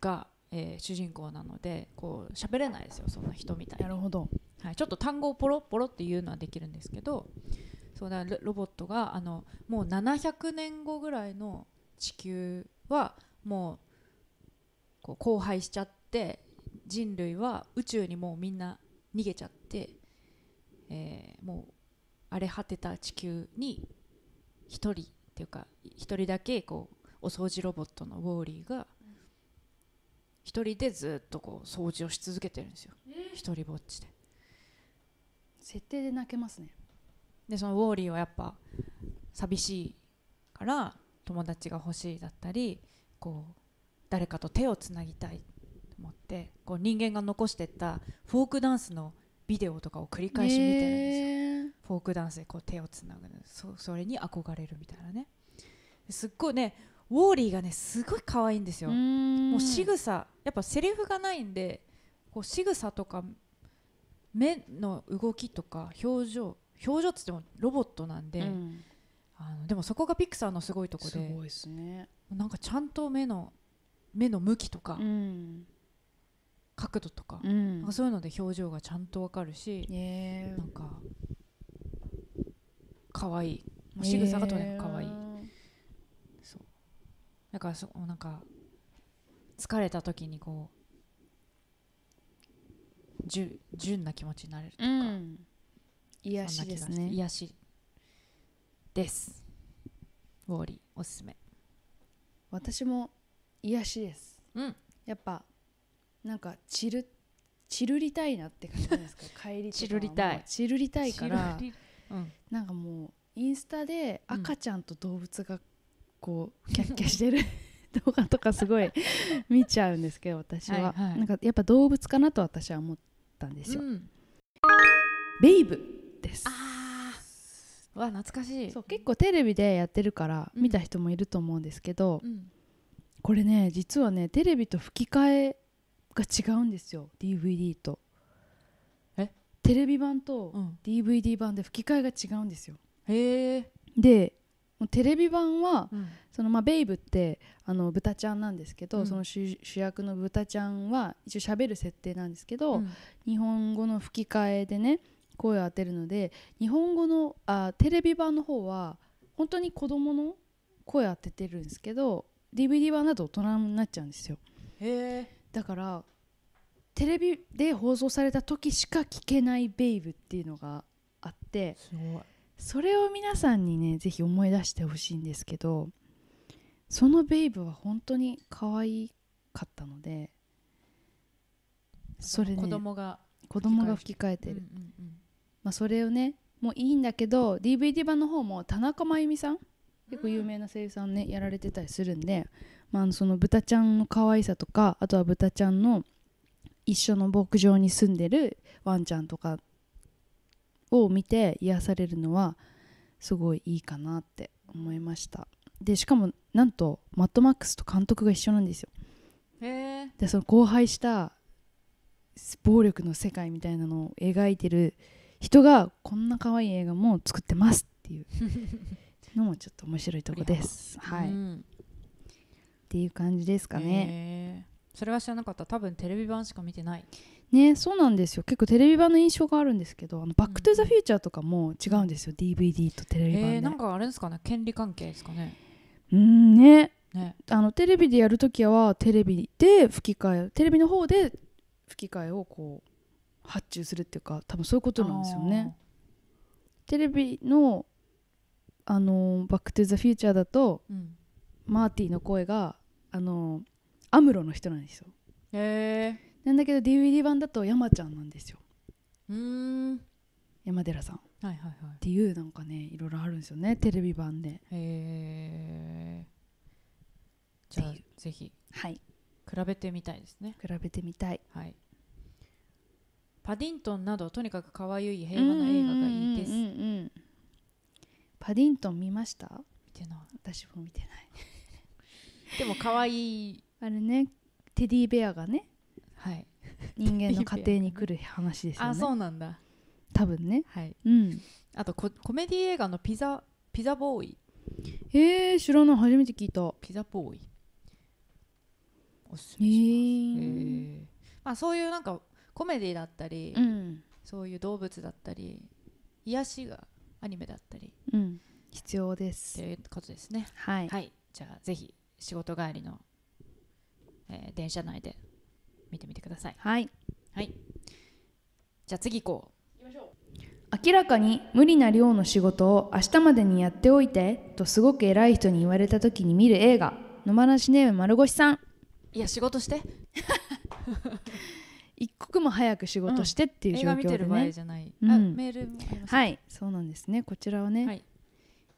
が、えー主人公なのでこう喋れないですよそんな人みたいに
なるほど
はい、ちょっと単語をポロポロっていうのはできるんですけどそうだロロボットがあのもう700年後ぐらいの地球はもうこう荒廃しちゃって人類は宇宙にもうみんな逃げちゃって、えーもう荒れ果てた地球に一人っていうか一人だけこうお掃除ロボットのウォーリーが一人でずっとこう掃除をし続けてるんですよ、一人ぼっちで。
設定で泣けますね
でそのウォーリーはやっぱ寂しいから友達が欲しいだったりこう誰かと手をつなぎたいと思ってこう人間が残してったフォークダンスのビデオとかを繰り返し見てるんですよ、
ね
フォークダンスでこう手をつなぐそそれに憧れるみたいなねですっごいねウォーリーがねすごい可愛いんです
え
よ、
も
もう仕草やっぱセリフがないんでこう仕草とか目の動きとか表情表情っつってもロボットなんで、
うん
あのでもそこがピクサーのすごいとこ
す
で
ごいですね
なんかちゃんと目の目の向きとか
うん
角度とか,、
うん
なんかそういうので表情がちゃんとわかるし、
ねえ
なんか可愛いもう仕草がとにかく可愛い、そうだからそなんか疲れた時にこうじゅ純な気持ちになれると
う
か、
ん
そんな
癒し
気
で
が
す
して
ね
癒しですウォーリーおすすめ
私も癒しです
うん
やっぱなんか散る散るりたいなって感じじゃな いですか帰りとか
散る
はもう
りたい
散るりたいから
チルリうん
なんかもうインスタで
うん
赤ちゃんと動物がこうキャッキャしてる 動画とかすごい見ちゃうんですけど私は、
はいはい
なんかやっぱ動物かなと私は思ったんですよ、
うん
ベイブです
あーわ懐かしい
そう結構テレビでやってるから
うん
見た人もいると思うんですけど、
うん
これね実はねテレビと吹き替えが違うんですよ DVD と
え
テレビ版と
うん
DVD 版で吹き替えが違うんですよ
へえ
でもうテレビ版は
うん
そのまあベイブってあの豚ちゃんなんですけど、
うん
その主主役の豚ちゃんは一応喋る設定なんですけ
う
ど、
ん
日本語の吹き替えでね声を当てるので日本語のあテレビ版の方は本当に子供の声を当ててるんですけど DVD 版だと大人になっちゃうんですよ
へ
だからテレビで放送された時しか聴けない「ベイブ」っていうのがあっ
え
て
すごい
それを皆さんにねぜひ思い出してほしいんですけどその「ベイブ」は本当に可愛かったのでそれね
子
子供
供が、
が吹き替えて
うん
る、
うんうん
まあ、それをねもういいんだけど DVD 版の方も田中真由美さん結構有名な声優さんね、やられてたりするんで、まああの、その豚ちゃんの可愛さとかあとは豚ちゃんの一緒の牧場に住んでるワンちゃんとかを見て癒されるのはすごいいいかなって思いましたでしかもなんとマッドマックスと監督が一緒なんですよ
へえ
でその荒廃した暴力の世界みたいなのを描いてる人がこんな可愛い映画も作ってますっ ていうのもちょっと面白いとこです。はい、
う
っ
ん
ていう感じですかね。
へえそれは知らなかった多分テレビ版しか見てない
ねそうなんですよ結構テレビ版の印象があるんですけど「あのバック・トゥ・ザ・フューチャー」とかも違うんですよ、DVD とテレビ版
へ
で。
えなんかあれですかね権利関係ですかね
うんね
ね
あのテレビでやるときはテレビで吹き替えテレビの方で吹き替えをこう発注するっていうか多分そういうことなんですよね。テレビの「あのバック・トゥ・ザ・フューチャー」だと
あーうん
マーティの声があのアムロの人なんですよ
へえ
なんだけど DVD 版だと山ちゃんなんですよ
うーん
山寺さんっ
はいはいはい
ていうなんかねいろいろあるんですよねテレビ版で
へえじゃあ
ってい
ぜひ
はい
比べてみたいですね
比べてみたい
はいパディントンなどとにかく可愛い平和な映画がいいです
うんうんうんうんパディントン見ました
見てな
私も見てない
いでも可愛い
あれねテディベアがね
はい
人間の家庭に来る話ですよね
あそうなんだ
多分ね
はい
うん
あとココメディ映画のピザピザボーイ
えー、知らない初めて聞いた
ピザボーイおすすめします、
え
え
ー
ーまあ、そういうなんかコメディだったり、
うん
そういう動物だったり癒しがアニメだったり
うん、必要で
っ
す
て。いうことですね
はい、
はいじゃあぜひ仕事帰りの、えー電車内で見てみてください
はい、
じゃあ次行こう
明らかに無理な量の仕事を明日までにやっておいてとすごく偉い人に言われた時に見る映画「野放しネーム丸腰さん
いや仕事して」
一刻も早く仕事してっていう
映
状
画見
況
て
で
る場合
ね、
じゃない、
うん
あメールもあります
はいそうなんですねこちらはね、
はい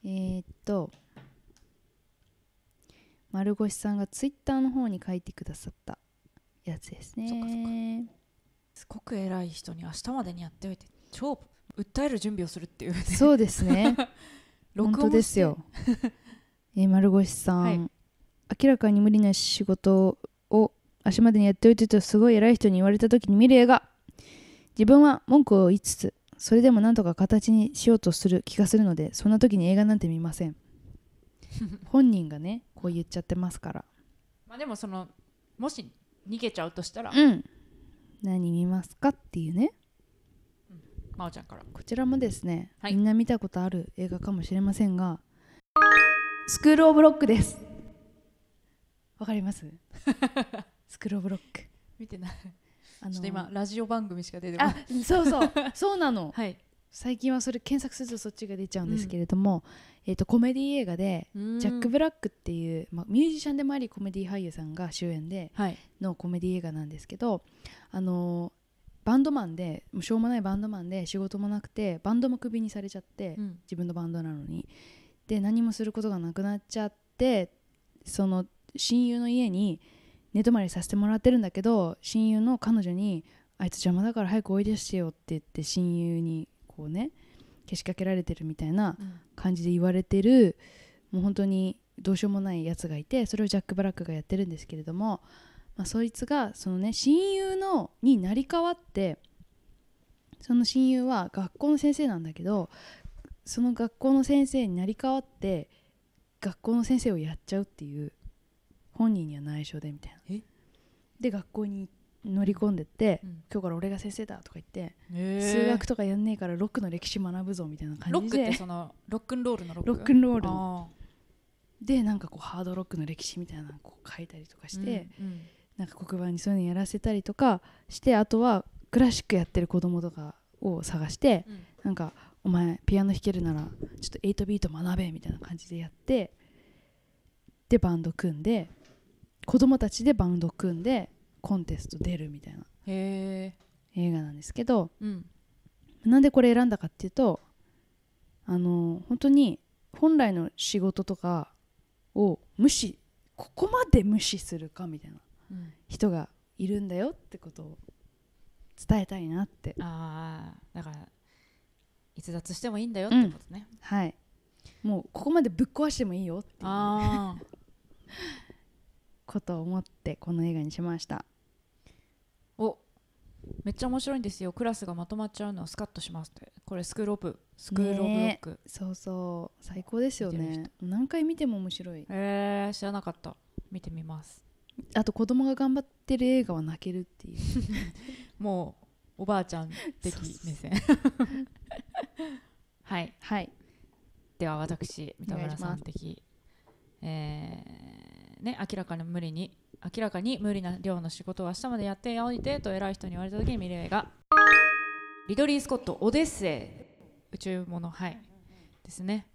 えーっと丸腰さんがツイッターの方に書いてくださったやつですね
そっかそっかすごく偉い人に明日までにやっておいて超訴える準備をするっていう、ね、
そうですね。
録音
本
して
当ですよ。えー丸腰さん、
はい
明らかに無理な仕事を足までにやっておいてとすごい偉い人に言われた時に見る映画自分は文句を言いつつそれでもなんとか形にしようとする気がするのでそんな時に映画なんて見 ません本人がねこう言っちゃってますから
まあでもそのもし逃げちゃうとしたら、
うん何見ますかっていうね
まおちゃんから
こちらもですね、
はい
みんな見たことある映画かもしれませんがスクール・オブ・ロックですわかります スクール・オブ・ロック
見てない
あの
ちょっと今ラジオ番組しか出てこな
あ
い
そうそうそうなの
はい
最近はそれ検索するとそっちが出ちゃうんですけれども、えっとコメディ映画でジャック・ブラックっていう、まあ、ミュージシャンでもありコメディ俳優さんが主演で
はい
のコメディ映画なんですけどあのバンドマンでもうしょうもないバンドマンで仕事もなくてバンドもクビにされちゃって、
うん
自分のバンドなのにで何もすることがなくなっちゃってその親友の家に寝泊まりさせてもらってるんだけど親友の彼女に「あいつ邪魔だから早く追い出してよ」って言って親友にこうねけしかけられてるみたいな
うん
感じで言われてるもう本当にどうしようもないやつがいてそれをジャック・ブラックがやってるんですけれども、まあ、そいつがそのね親友のになり変わってその親友は学校の先生なんだけどその学校の先生になり変わって学校の先生をやっちゃうっていう本人には内緒でみたいな
え。
で学校に乗り込んでって、
うん
今日から俺が先生だとか言って、
へー
数学とかやんねえからロックの歴史学ぶぞみたいな
ロ
感
ッ
じ
ク
で
ってそのロックンロールのロック
ロックンロールの
あ
でなんかこうハードロックの歴史みたいなのをこう書いたりとかして、なんか黒板にそういうのやらせたりとかしてあとはクラシックやってる子供とかを探して、
うん
なんか「お前ピアノ弾けるならちょっと8ビート学べ」みたいな感じでやってでバンド組んで子供たちでバンド組んでコンテスト出るみたいな
へえ
映画なんですけど
うん
なんでこれ選んだかっていうとあの本当に本来の仕事とかを無視ここまで無視するかみたいな。人がいるんだよってことを伝えたいなって
ああだから逸脱してもいいんだよってことね、
はいもうここまでぶっ壊してもいいよっていう
ああ
ことを思ってこの映画にしました
おめっちゃ面白いんですよクラスがまとまっちゃうのはスカッとしますってこれスクールオブスクールオブロック
そうそう最高ですよ
見て
ね何回見ても面白い
へえ知らなかった見てみます
あと子供が頑張ってる映画は泣けるっていう
もうおばあちゃん的
そうそうそう
目線 はい
はい
では私三田村
お
さ
願
ん
いし
的えーね明らかに無理に明らかに無理な量の仕事を明日までやっておいてと偉い人に言われた時に見る映画リドリー・スコット「オデッセイ」宇宙ものはいですね、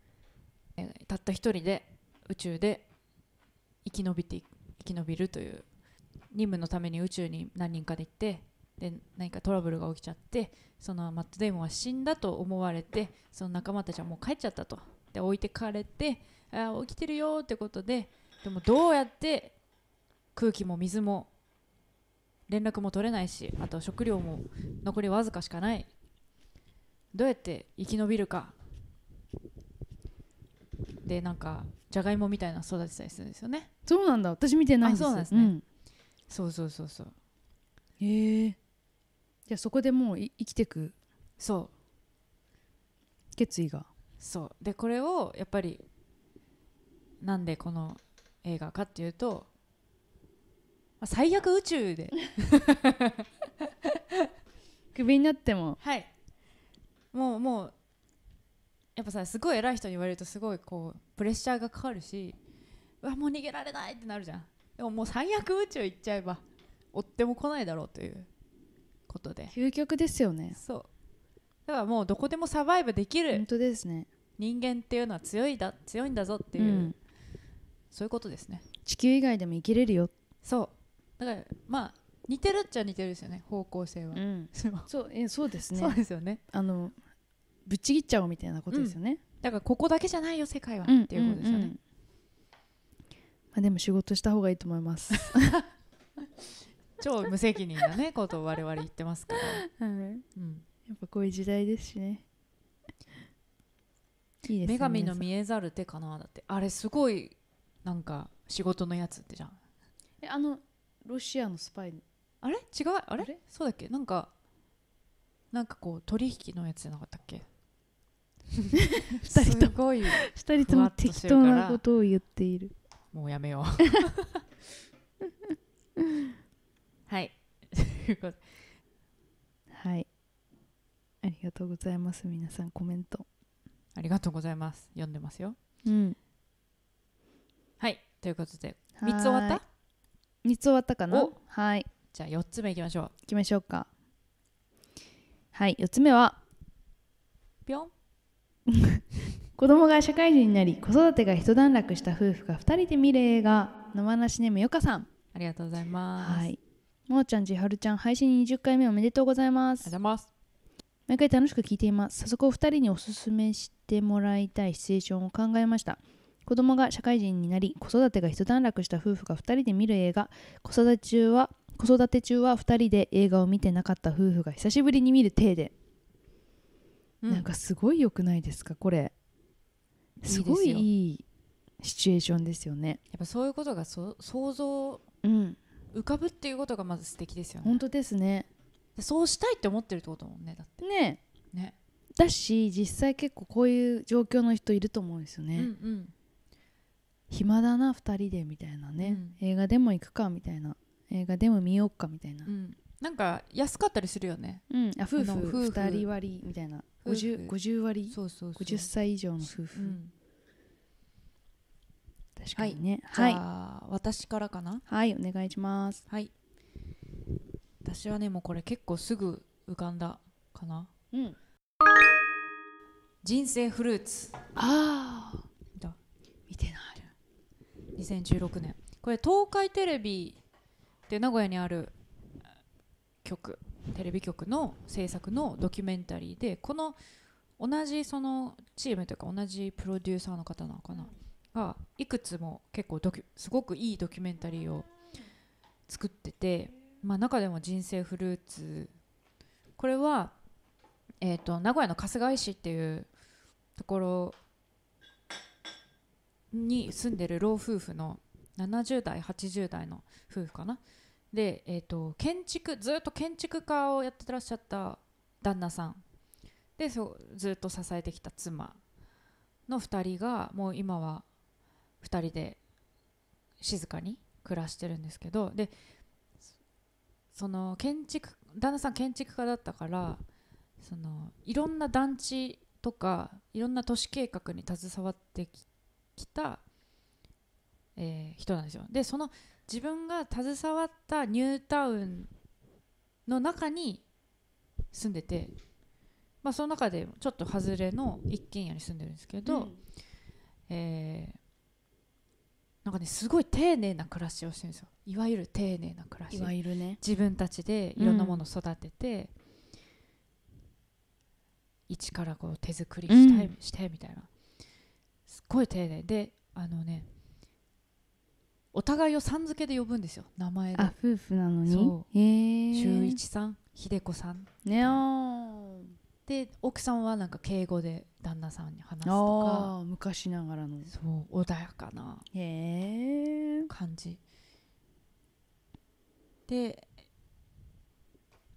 えーたった一人で宇宙で生き延びてい生き延びるという任務のために宇宙に何人かで行ってで何かトラブルが起きちゃってそのマット・デイモンは死んだと思われてその仲間たちはもう帰っちゃったとで置いてかれてあー起きてるよーってことででもどうやって空気も水も連絡も取れないしあと食料も残りわずかしかないどうやって生き延びるかでなんかじゃがいもみたいなの育てたりするんですよね
そうなんだ私見てないんです
あそうなんですね
ん
そうそうそうそう
へえじゃあそこでもうい生きてく
そう
決意が
そうでこれをやっぱりなんでこの映画かっていうと、まあ、最悪宇宙で
クビになっても
はいもうもうやっぱさすごい偉い人に言われるとすごいこうプレッシャーがかかるしうわもう逃げられないってなるじゃんでももう最悪宇宙行っちゃえば追っても来ないだろうということで
究極ですよね
そうだからもうどこでもサバイブでき
本
る
当ですね
人間っていうのは強いだ強いんだぞっていうう、
ん
そういうことですね
地球以外でも生きれるよ
そうだからまあ似てるっちゃ似てるですよね方向性は、
ん
そう
そうえそうですね
そうですよね
あのぶっちぎっちゃおうみたいなことですよね、
だからここだけじゃないよ世界は、
うん
っていうことですよね、
んんまあ、でも仕事した方がいいと思います、
超無責任なねことを我々言ってますから、
や
うん
っぱこういう時代ですしねいいですね
女神の
皆さん
見えざる手かなだってあれすごいなんか仕事のやつってじゃん
えあのロシアのスパイ
あれ違うあれ
あれ
そうだっけなんかなんかこう取引のやつじゃなかったっけ
二人と
す
も
ごい
2人とも適当なことを言っている
もうや めよう。はい。ということで
はいありがとうございます皆さんコメント
ありがとうございます。読んでますよ。
うん
はい。ということで、3つ終わった
3つ終わったかな
お
はい
じゃあ4つ目いきましょう。
行きましょうかはい4つ目は
ぴょん。
子供が社会人になり子育てが一段落した夫婦が2人で見る映画「野放しネームよかさん
ありがとうござい」ます。
は
ありがと
いもーちゃんちはるちゃん配信20回目おめでとうございま
うご
す
ざいます。
毎回楽しく聞いています早速お二人におすすめしてもらいたいシチュエーションを考えました子供が社会人になり子育てが一段落した夫婦が2人で見る映画子育て中は子育て中は2人で映画を見てなかった夫婦が久しぶりに見る体で、
うん
なんかすごい良くないですかこれ
いいです
す
よ
ごいいいシチュエーションですよね
やっぱそういうことがそ想像、
うん
浮かぶっていうことがまず素敵ですよね
本。当ですね
でそうしたいって思ってるってことだもんね。だって
ね
ね。
だし実際結構こういう状況の人いると思うんですよ
う
ね、
んうん。
暇だな2人でみたいなね、映画でも行くかみたいな映画でも見ようかみたいな
う、ん。なんか安かったりするよね。
うんあ夫婦
あの夫婦
2人割りみたいな
夫婦
50, 50割
そうそうそう。
50歳以上の夫婦、
うん。
確確かにね
じゃ
はいはい、
あ、私からかな
お願いします
はい私はねもうこれ結構すぐ浮かんだかな
うん
人生フルーツ
ああ
見た
見てない
2016年これ東海テレビで名古屋にある局テレビ局の制作のドキュメンタリーでこの同じそのチームというか同じプロデューサーの方なのかながいくつも結構ドキュすごくいいドキュメンタリーを作ってて、まあ、中でも「人生フルーツ」これは、えー、と名古屋の春日井市っていうところに住んでる老夫婦の70代80代の夫婦かなで、えー、と建築ずっと建築家をやってらっしゃった旦那さんでそうずっと支えてきた妻の2人がもう今は2人で静かに暮らしてるんですけどでその建築旦那さん建築家だったからそのいろんな団地とかいろんな都市計画に携わってき来た、えー人なんですよでその自分が携わったニュータウンの中に住んでて、まあ、その中でちょっと外れの一軒家に住んでるんですけど、えーなんかねすごい丁寧な暮らしをしてるんですよいわゆる丁寧な暮らし
いわゆるね
自分たちでいろんなものを育てて、一からこう手作りしたい、
うん
してみたいなすっごい丁寧であのねお互いをさん付けで呼ぶんですよ名前で
あ夫婦なのに
そ
へえ
周一さん秀子さん
ねお
で奥さんはなんか敬語で旦那さんに話すと
あー昔ながらの
かそう穏やかな
へえ
感じで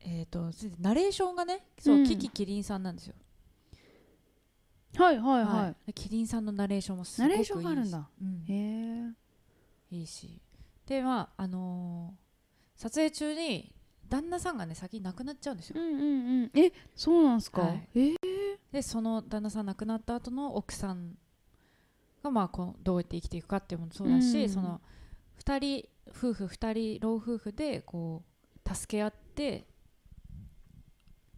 えっ、とそれでナレーションがねそう、
うん
キキキリンさんなんですよ
はいはい
は
はい
でキリンさんのナレーションもす
い
ご
ナ
くいい
レー
し
ションがあるんだ
うん
へえ
いいしでまああのー撮影中に旦那さんがね先に亡くなっちゃうんですよ、
うんうんうんえそうなんすか、
はい
えー
でその旦那さん亡くなった後の奥さんがまあこのどうやって生きていくかっていうのもそうだし、
うん
その二人夫婦2人老夫婦でこう助け合って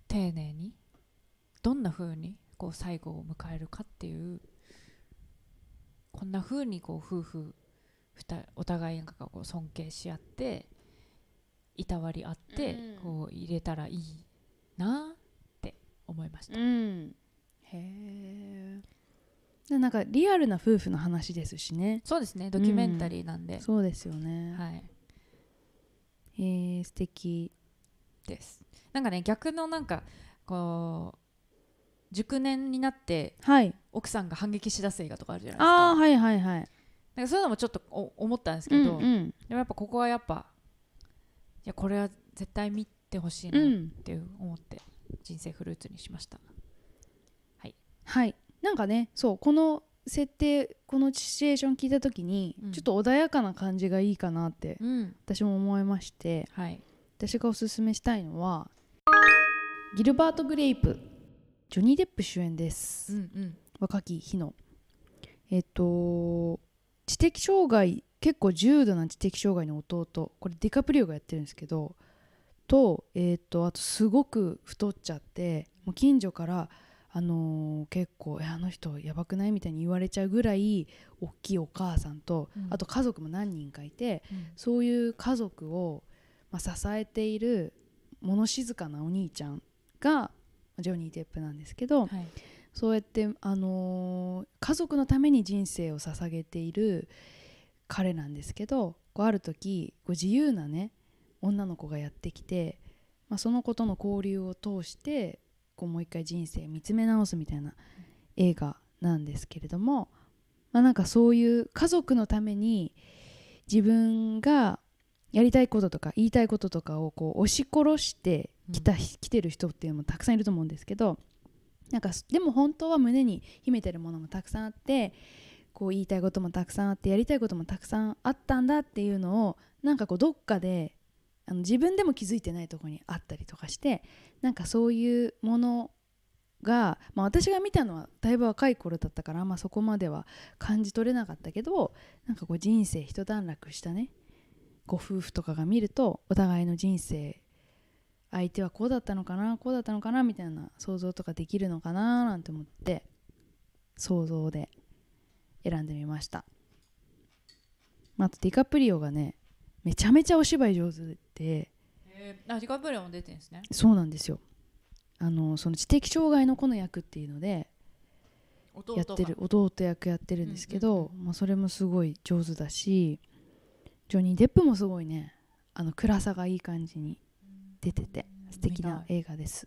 丁寧にどんな風にこう最後を迎えるかっていうこんな風にこう夫婦ふたお互いがこう尊敬し合っていたわり合って、
うん
こう入れたらいいなって思いました。
うんへえなんかリアルな夫婦の話ですしね
そうですねドキュメンタリーなんで、
そうですよね、
はい
えー、素敵
ですなんかね逆のなんかこう熟年になって
はい
奥さんが反撃しだす映画とかあるじゃないですか
ああはいはいはい
なんかそういうのもちょっとお思ったんですけど、
うんうん
でもやっぱここはやっぱいやこれは絶対見てほしいうなっ
ん
て思って人生フルーツにしました、
はいなんかねそうこの設定このシチュエーション聞いた時に、
うん
ちょっと穏やかな感じがいいかなって
うん
私も思いまして
はい、
私がおすすめしたいのはギルバート・グレイプジョニー・デップ主演です、
うんうん
若き日のえっと知的障害結構重度な知的障害の弟これディカプリオがやってるんですけどと,、えっとあとすごく太っちゃってもう近所から、あのー結構「えあの人やばくない?」みたいに言われちゃうぐらい大きいお母さんと、
うん
あと家族も何人かいてそういう家族を、まあ、支えている物静かなお兄ちゃんがジョニー・デップなんですけ
は
ど、
い
そうやって、あのー家族のために人生を捧げている彼なんですけどこうある時こう自由なね女の子がやってきて、まあ、その子との交流を通してこうもう一回人生見つめ直すみたいな映画なんですけれども、まあ、なんかそういう家族のために自分がやりたいこととか言いたいこととかをこう押し殺してきた、来てる人っていうのもたくさんいると思うんですけどなんかでも本当は胸に秘めてるものもたくさんあってこう言いたいこともたくさんあってやりたいこともたくさんあったんだっていうのをなんかこうどっかであの自分でも気づいてないところにあったりとかしてなんかそういうものが、まあ、私が見たのはだいぶ若い頃だったから、まあ、そこまでは感じ取れなかったけどなんかこう人生一段落したねご夫婦とかが見るとお互いの人生相手はこうだったのかなこうだったのかなみたいな想像とかできるのかななんて思って想像で選んでみましたあとディカプリオがねめちゃめちゃお芝居上手で
えー、あディカプリオも出てるんですね
そうなんですよあのその知的障害の子の役っていうので
弟
やってる弟役やってるんですけど、まあ、それもすごい上手だしジョニー・デップもすごいねあの暗さがいい感じに出てて素敵な映画です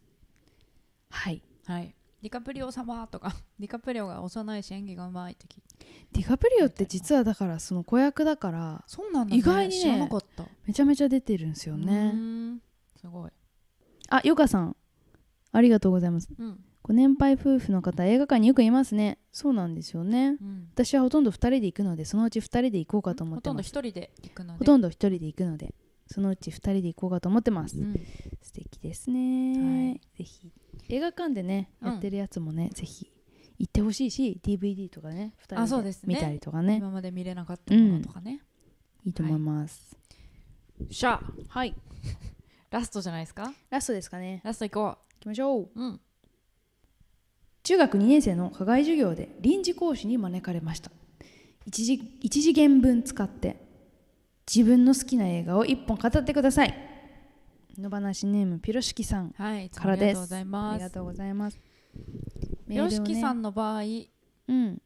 はい
はいディカプリオ様とかディカプリオが幼いし演技がうまいって聞いて
ディカプリオって実はだからその子役だから
そうなん
だね
意外に、ね、
知らなか
った
めちゃめちゃ出てるんですよね
ねすごい
あヨカさんありがとうございます
うん
ご年配夫婦の方映画館によくいますねそうなんですよね
うん
私はほとんど2人で行くのでそのうち2人で行こうかと思
ほ
って
とんど
ま
一
す
人で行くの
ほ
で
とんど1人で行くのでそのうち2人で行こうかと思ってます、
うん
素敵ですね、
はい
ぜひ映画館でね
うん
やってるやつもね、ぜひ行ってほしいし DVD とかね2
あそ
人
う
で
ですね
見たりとかね
今まで見れなかったものとかね、
いいと思います
しゃあ
はい
ラストじゃないですか
ラストですかね
ラスト行こ
行きましょう
ううん
中学2年生の課外授業で臨時講師に招かれました一時一次元分使って自分の好きな映画を一本語ってください野放しネームピロシキさん
はいいつも
から
あり
で
が
す
とうござい
あ
ま
りが
す
とうございますメールを
よ
ね
しきさんの場合
うん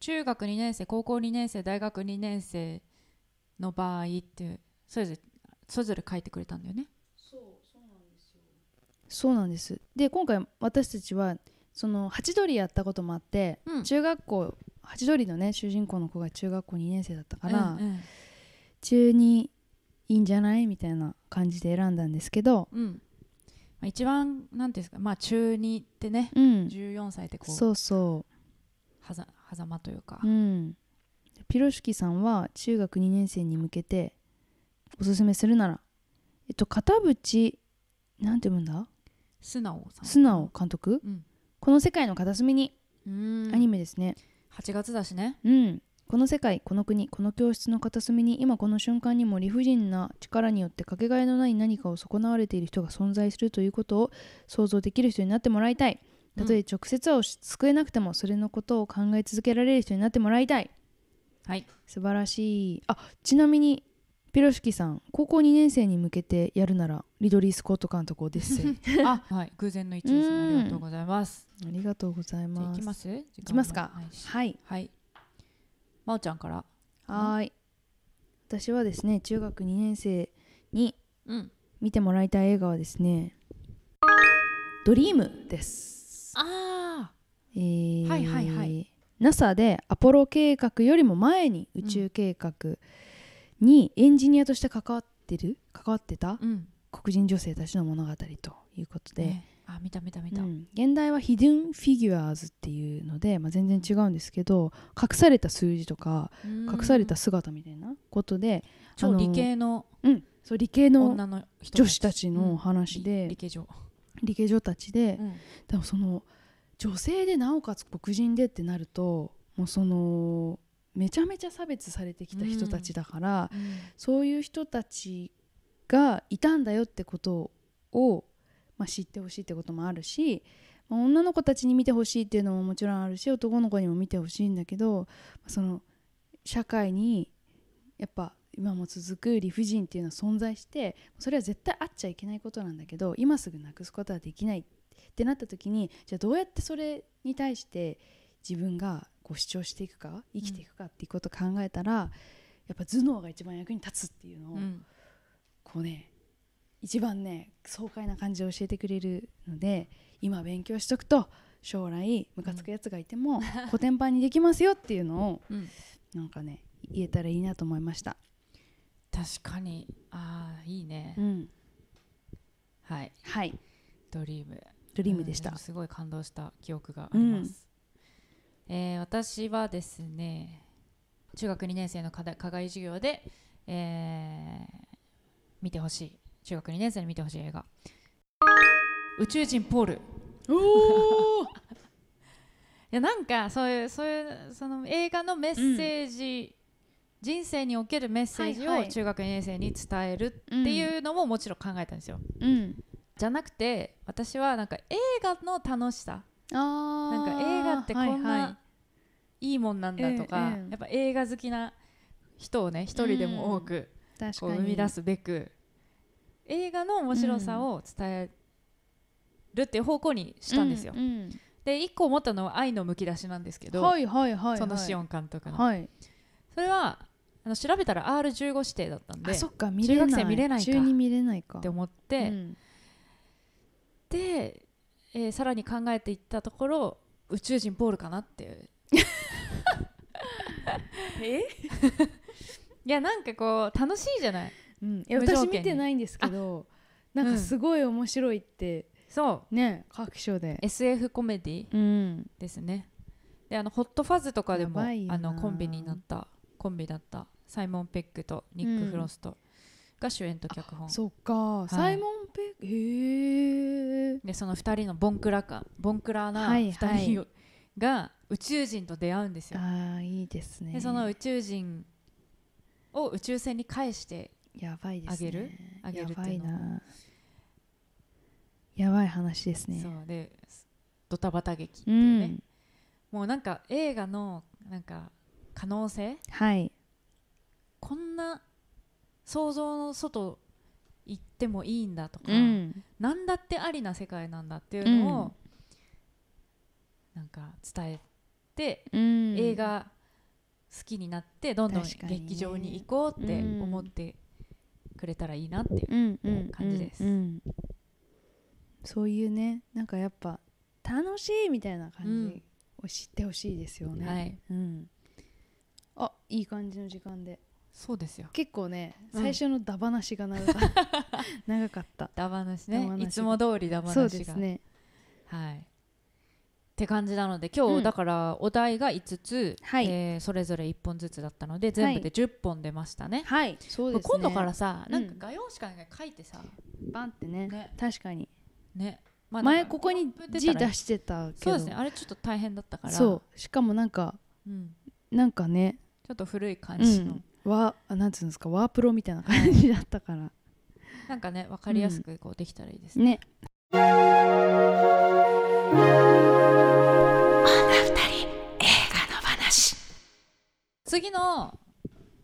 中学2年生高校2年生大学2年生の場合ってそれぞれそれぞれ書いてくれたんだよね
そうなんですで今回私たちはそのハチドリやったこともあって、
うん
中学校ハチドリのね主人公の子が中学校2年生だったから、
うん
中にいいんじゃないみたいな感じで選んだんですけど
うんうんまあ一番なんていうんですかまあ中2ってね
うん
14歳ってこう
そうそ
はざ狭間というか
ううんピロシキさんは中学2年生に向けておすすめするならえっと片渕なんて読むんだ
素直さん
素直監督、
うん
この世界の片隅に、
うん
アニメですね
8月だしね
うん、この世界この国この教室の片隅に今この瞬間にも理不尽な力によってかけがえのない何かを損なわれている人が存在するということを想像できる人になってもらいたいたとえ直接は救えなくてもそれのことを考え続けられる人になってもらいたい
はい
素晴らしいあちなみにピロシキさん高校2年生に向けてやるならリドリー・スコット監督をデッセイ あ
あはい偶然の一致です
うん
ねありがとうございます
りがとうござ
じゃ
い
あ
ま
行
す
きます行
いきますかはい
はいまおちゃんから
はーい私はですね中学2年生に
うん
見てもらいたい映画はですね「ドリーム」です。
あ
えー
はいはいはい
NASA でアポロ計画よりも前に宇宙計画にエンジニアとして関わってる関わってた
あうん
黒人女性たちの物語ということで、
ねあ見た見た見た
うん現代は「ヒデン・フィギュアーズ」っていうので、まあ、全然違うんですけど隠された数字とか隠
隠
された姿みたいなことで、
超理系の
うん、そう理系の
女の人
女子たちの
う
話
ん
で、
理系女
理系女たちで、
うん
でもその女性でなおかつ黒人でってなるともうそのめちゃめちゃ差別されてきた人たちだから、そういう人たちがいたんだよってことを、まあ、知ってほしいってこともあるし、まあ女の子たちに見てほしいっていうのももちろんあるし男の子にも見てほしいんだけどその社会にやっぱ今も続く理不尽っていうのは存在してそれは絶対あっちゃいけないことなんだけど今すぐなくすことはできないってなった時にじゃあどうやってそれに対して自分がこう主張していくか生きていくかっていうことを考えたら、やっぱ頭脳が一番役に立つっていうのを、
うん
こうね一番ね爽快な感じを教えてくれるので今勉強しとくと将来ムカつくやつがいても コテンパンにできますよっていうのを、
うん
なんかね言えたらいいなと思いました。
確かにああいいね
うん、
はい
はい
ドリーム
ドリームでした。
うんすごい感動した記憶がありますえー私はですね中学2年生の課題課外授業でえー見てほしい中学2年生に見てほしい映画宇宙人ポール
おお
いやなんかそういうそういうその映画のメッセージ、人生におけるメッセージ
はい
を
はい
中学2年生に伝えるっていうのももちろん考えたんですよ、
うん
じゃなくて私はなんか映画の楽しさ
あ
なんか映画ってこん
はいはい
ないいもんなんだとか、
ええええ
やっぱ映画好きな人をね一人でも多く
確
こ
か
う
に
生み出すべく映画の面白さを伝えるっていう方向にしたんですよ、
うんうん
で一個思ったのは愛のむき出しなんですけど、
はいはいはいはい
そのシオン監督の、
はい
それはあの調べたら R15 指定だったんで
あ
っ
そっか見れない
中学生見れないか
中に見れないか
て思っ
う
て、
ん
で、えーさらに考えていったところ宇宙人ポールかなっていう
え
いやなんかこう楽しいじゃない
うん、いや
無条
私
件に
見てないんですけどなんかすごい面白いって、
そう
ね各所で
SF コメディ
うん
ですねであのホットファズとかでも
やばいよな
あのコンビになったコンビだったサイモン・ペックとニッ
うん
ク・フロストが主演と脚本、
そっか、サイモン・ペックへえ
でその2人のボンクラかボンクラな
はい
2
はい
人をが宇宙人と出会うんですよ、
あーいいですね
でその宇宙人を宇宙船に返して
やばいですね
あげるあげるって
やば
い
いう
の
なやばい話ですね
そうでドタバタ劇って
う
いうね、
ん
もうなんか映画のなんか可能性
はい
こんな想像の外行ってもいいんだとか、
うん
何だってありな世界なんだっていうのを、
うん
なんか伝えて、
うん
映画好きになってどんどん
確かにね
劇場に行こうって
うん
思ってくれたらいいなっていう、
うんうん
感じです
うんうんそういうねなんかやっぱ楽しいみたいな感じを知ってほしいですよね、
はい
うんあいい感じの時間で
そうですよ
結構ね
うん
最初のダバなしが長かった 長かった
ダバなし
ダ
ね
バなし
いつも通りダバ
そう
な
で
しが、
すね
はいって感じなので今日、
うん
だからお題が5つ、
はい
えーそれぞれ1本ずつだったので全部で10本出ましたね、
はいそうですね
今度からさ、なんか
うん
画用紙かなんか書いてさ
バンってね
ね
確かに
ね、まあ
前ここに字出
し
してたけど
そうですねあれちょっと大変だったから
そうしかもなんか
うん、
なんかね
ちょっと古い感
う
じの、
んワーなんつうんですかワープロみたいな感じだったから
なんかね分かりやすくこうできたらいいですね、
ね
次の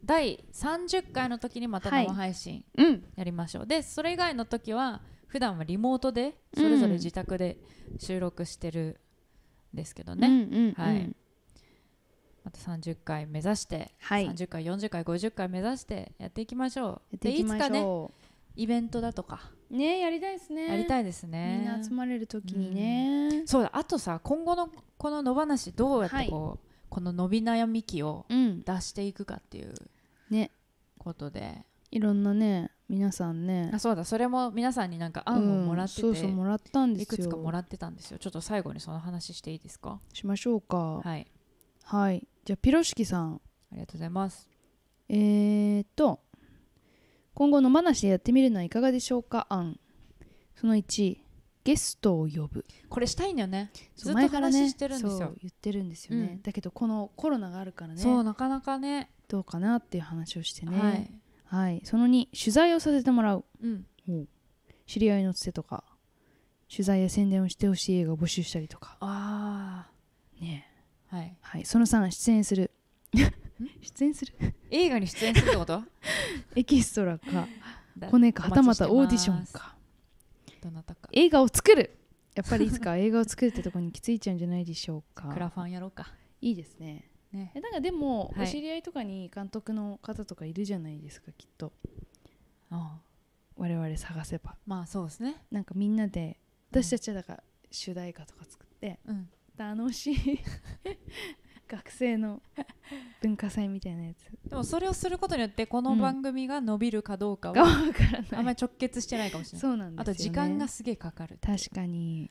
第30回の時にまた
はい
生配信
うん
やりましょう、でそれ以外の時は普段はリモートでそれぞれ自宅で収録してるんですけどね、
うんうんうん
はいまた30回目指して、
はいや
30回40回50回目指してやっていきましょう
っていきま
でいつか
し
ね
ょ
イベントだとか
うねやりたいですね
やりたいですね、
みんな集まれるときにね
そうだあとさ今後のこの野放しどうやってこう、この伸び悩み期を
うん
出していくかっていう
ね
ことで
いろんなね皆さんね
あそうだそれも皆さんになんか案をもらってて、
うんそうそうもらったんですよ
いくつかもらってたんですよちょっと最後にその話していいですか
しましょうか
はい
はいじゃあピロシキさん
ありがとうございます
えー、っと今後の話でやってみるのはいかがでしょうか案その1ゲストを呼ぶ
これしたいんだよねず
そう
っと
前からね
話してるんですよ
そう言ってるんですよね、
うん
だけどこのコロナがあるからね
そうなかなかね
どうかなっていう話をしてね
は
はいい、その2取材をさせてもらう
うん
知り合いのつてとか取材や宣伝をしてほしい映画を募集したりとか
あ
ね
あはい
はいその3出演する 出演する
映画に出演するってこと
エキストラか
だ
コネかはたまた
お
オー
待
ディ
ちし
シ
て
ョ
ま
ン
す
か
どなたか
映画を作るやっぱりいつ か映画を作るってとこにきついちゃうんじゃないでしょう
クラ
か
ファンやろうか
いいですね
ね
えなんかでも、
はい
お知り合いとかに監督の方とかいるじゃないですかきっと
ああ
我々探せば
まあそうですね
なんかみんなで私たちはだから主題歌とか作って
うん
楽し い学生の文化祭みたいなやつ
でもそれをすることによってこ
う
の
ん
番組が伸びるかどうか
が
は
分から
あん
な
ま
い
り直結してないかもしれない、
そうなんですよ、ね、
あと時間がすげえかかるっていう
確かに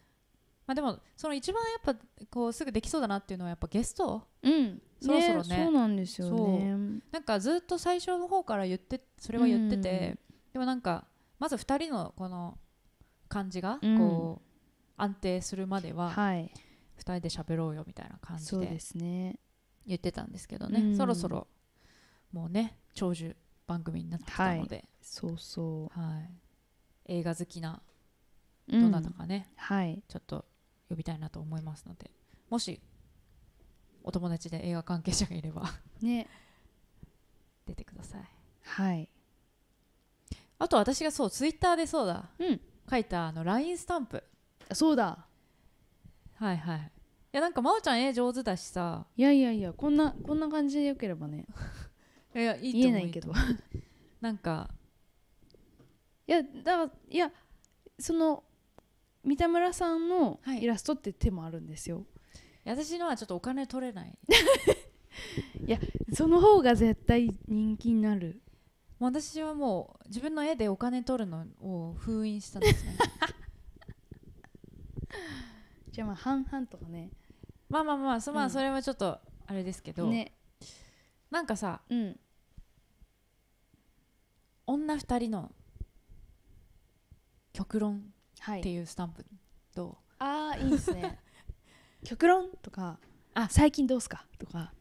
まあでもその一番やっぱこうすぐできそうだなっていうのはやっぱゲスト
うん
そろそろね
そうなんですよね
なんかずっと最初の方から言ってそれは言ってて、でもなんかまず2人のこの感じが
うん
こう安定するまでは
はい
2人で喋ろうよみたいな感じ
そう
で
ですね
言ってたんですけど
う
ね
ん
そろそろもうね長寿番組になってきたので、
そうそ
はい映画好きな
う
どなた
うん
かね、
はい
ちょっと呼びたいなと思いますのでもしお友達で映画関係者がいれば
ね
出てください
はい
あと私がそうツイッターでそうだ、
うん
書いたあの LINE スタンプ
あそうだ
はいはいいやなんか真央ちゃん絵上手だしさ
いやいやいやこんなこんな感じでよければね
いやいいと思う
言えないけどい
なんか
やだからいやその三田村さんの
はい
イラストって手もあるんですよ、
私のはちょっとお金取れ ない
その方が絶対人気になる
もう私はもう自分の絵でお金取るのを封印したんです ね
じゃあまあ半々とかね
まあまあまあそ,、ま
う
あ、
ん
それはちょっとあれですけど、
ね
なんかさ
うん
女2人の極論
は
って
い
いうスタンプどう、
ああいいで すね極論とか
あ
最近どうすかとか、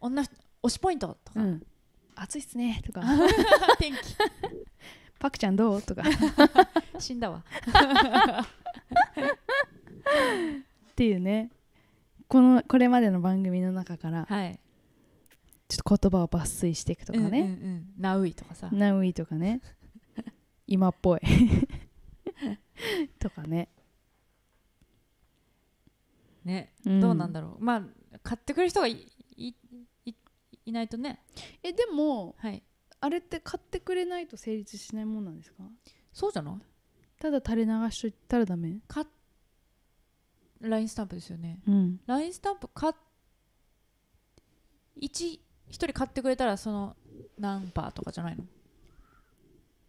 女推しポイントとか、
ん、暑いっすねとか
天
パクちゃんどうとか
気死んだ わ
っていうねこのこれまでの番組の中から
はい
ちょっと言葉を抜粋していくとか
うん
ね
うんうんナウイとか
「
さ
ナウイ」と かね「今っぽい」 とかね、
ねどうなんだろう、まあ買ってくる人がいいいいないとね
ろうえでも
はい
あれって買ってくれないと成立しないもんなんですか
そうじゃない
ただ垂れ流しといたらダメ
買っ LINE スタンプですよね
うん
LINE スタンプ買っ一一人買ってくれたらその何パーとかじゃないの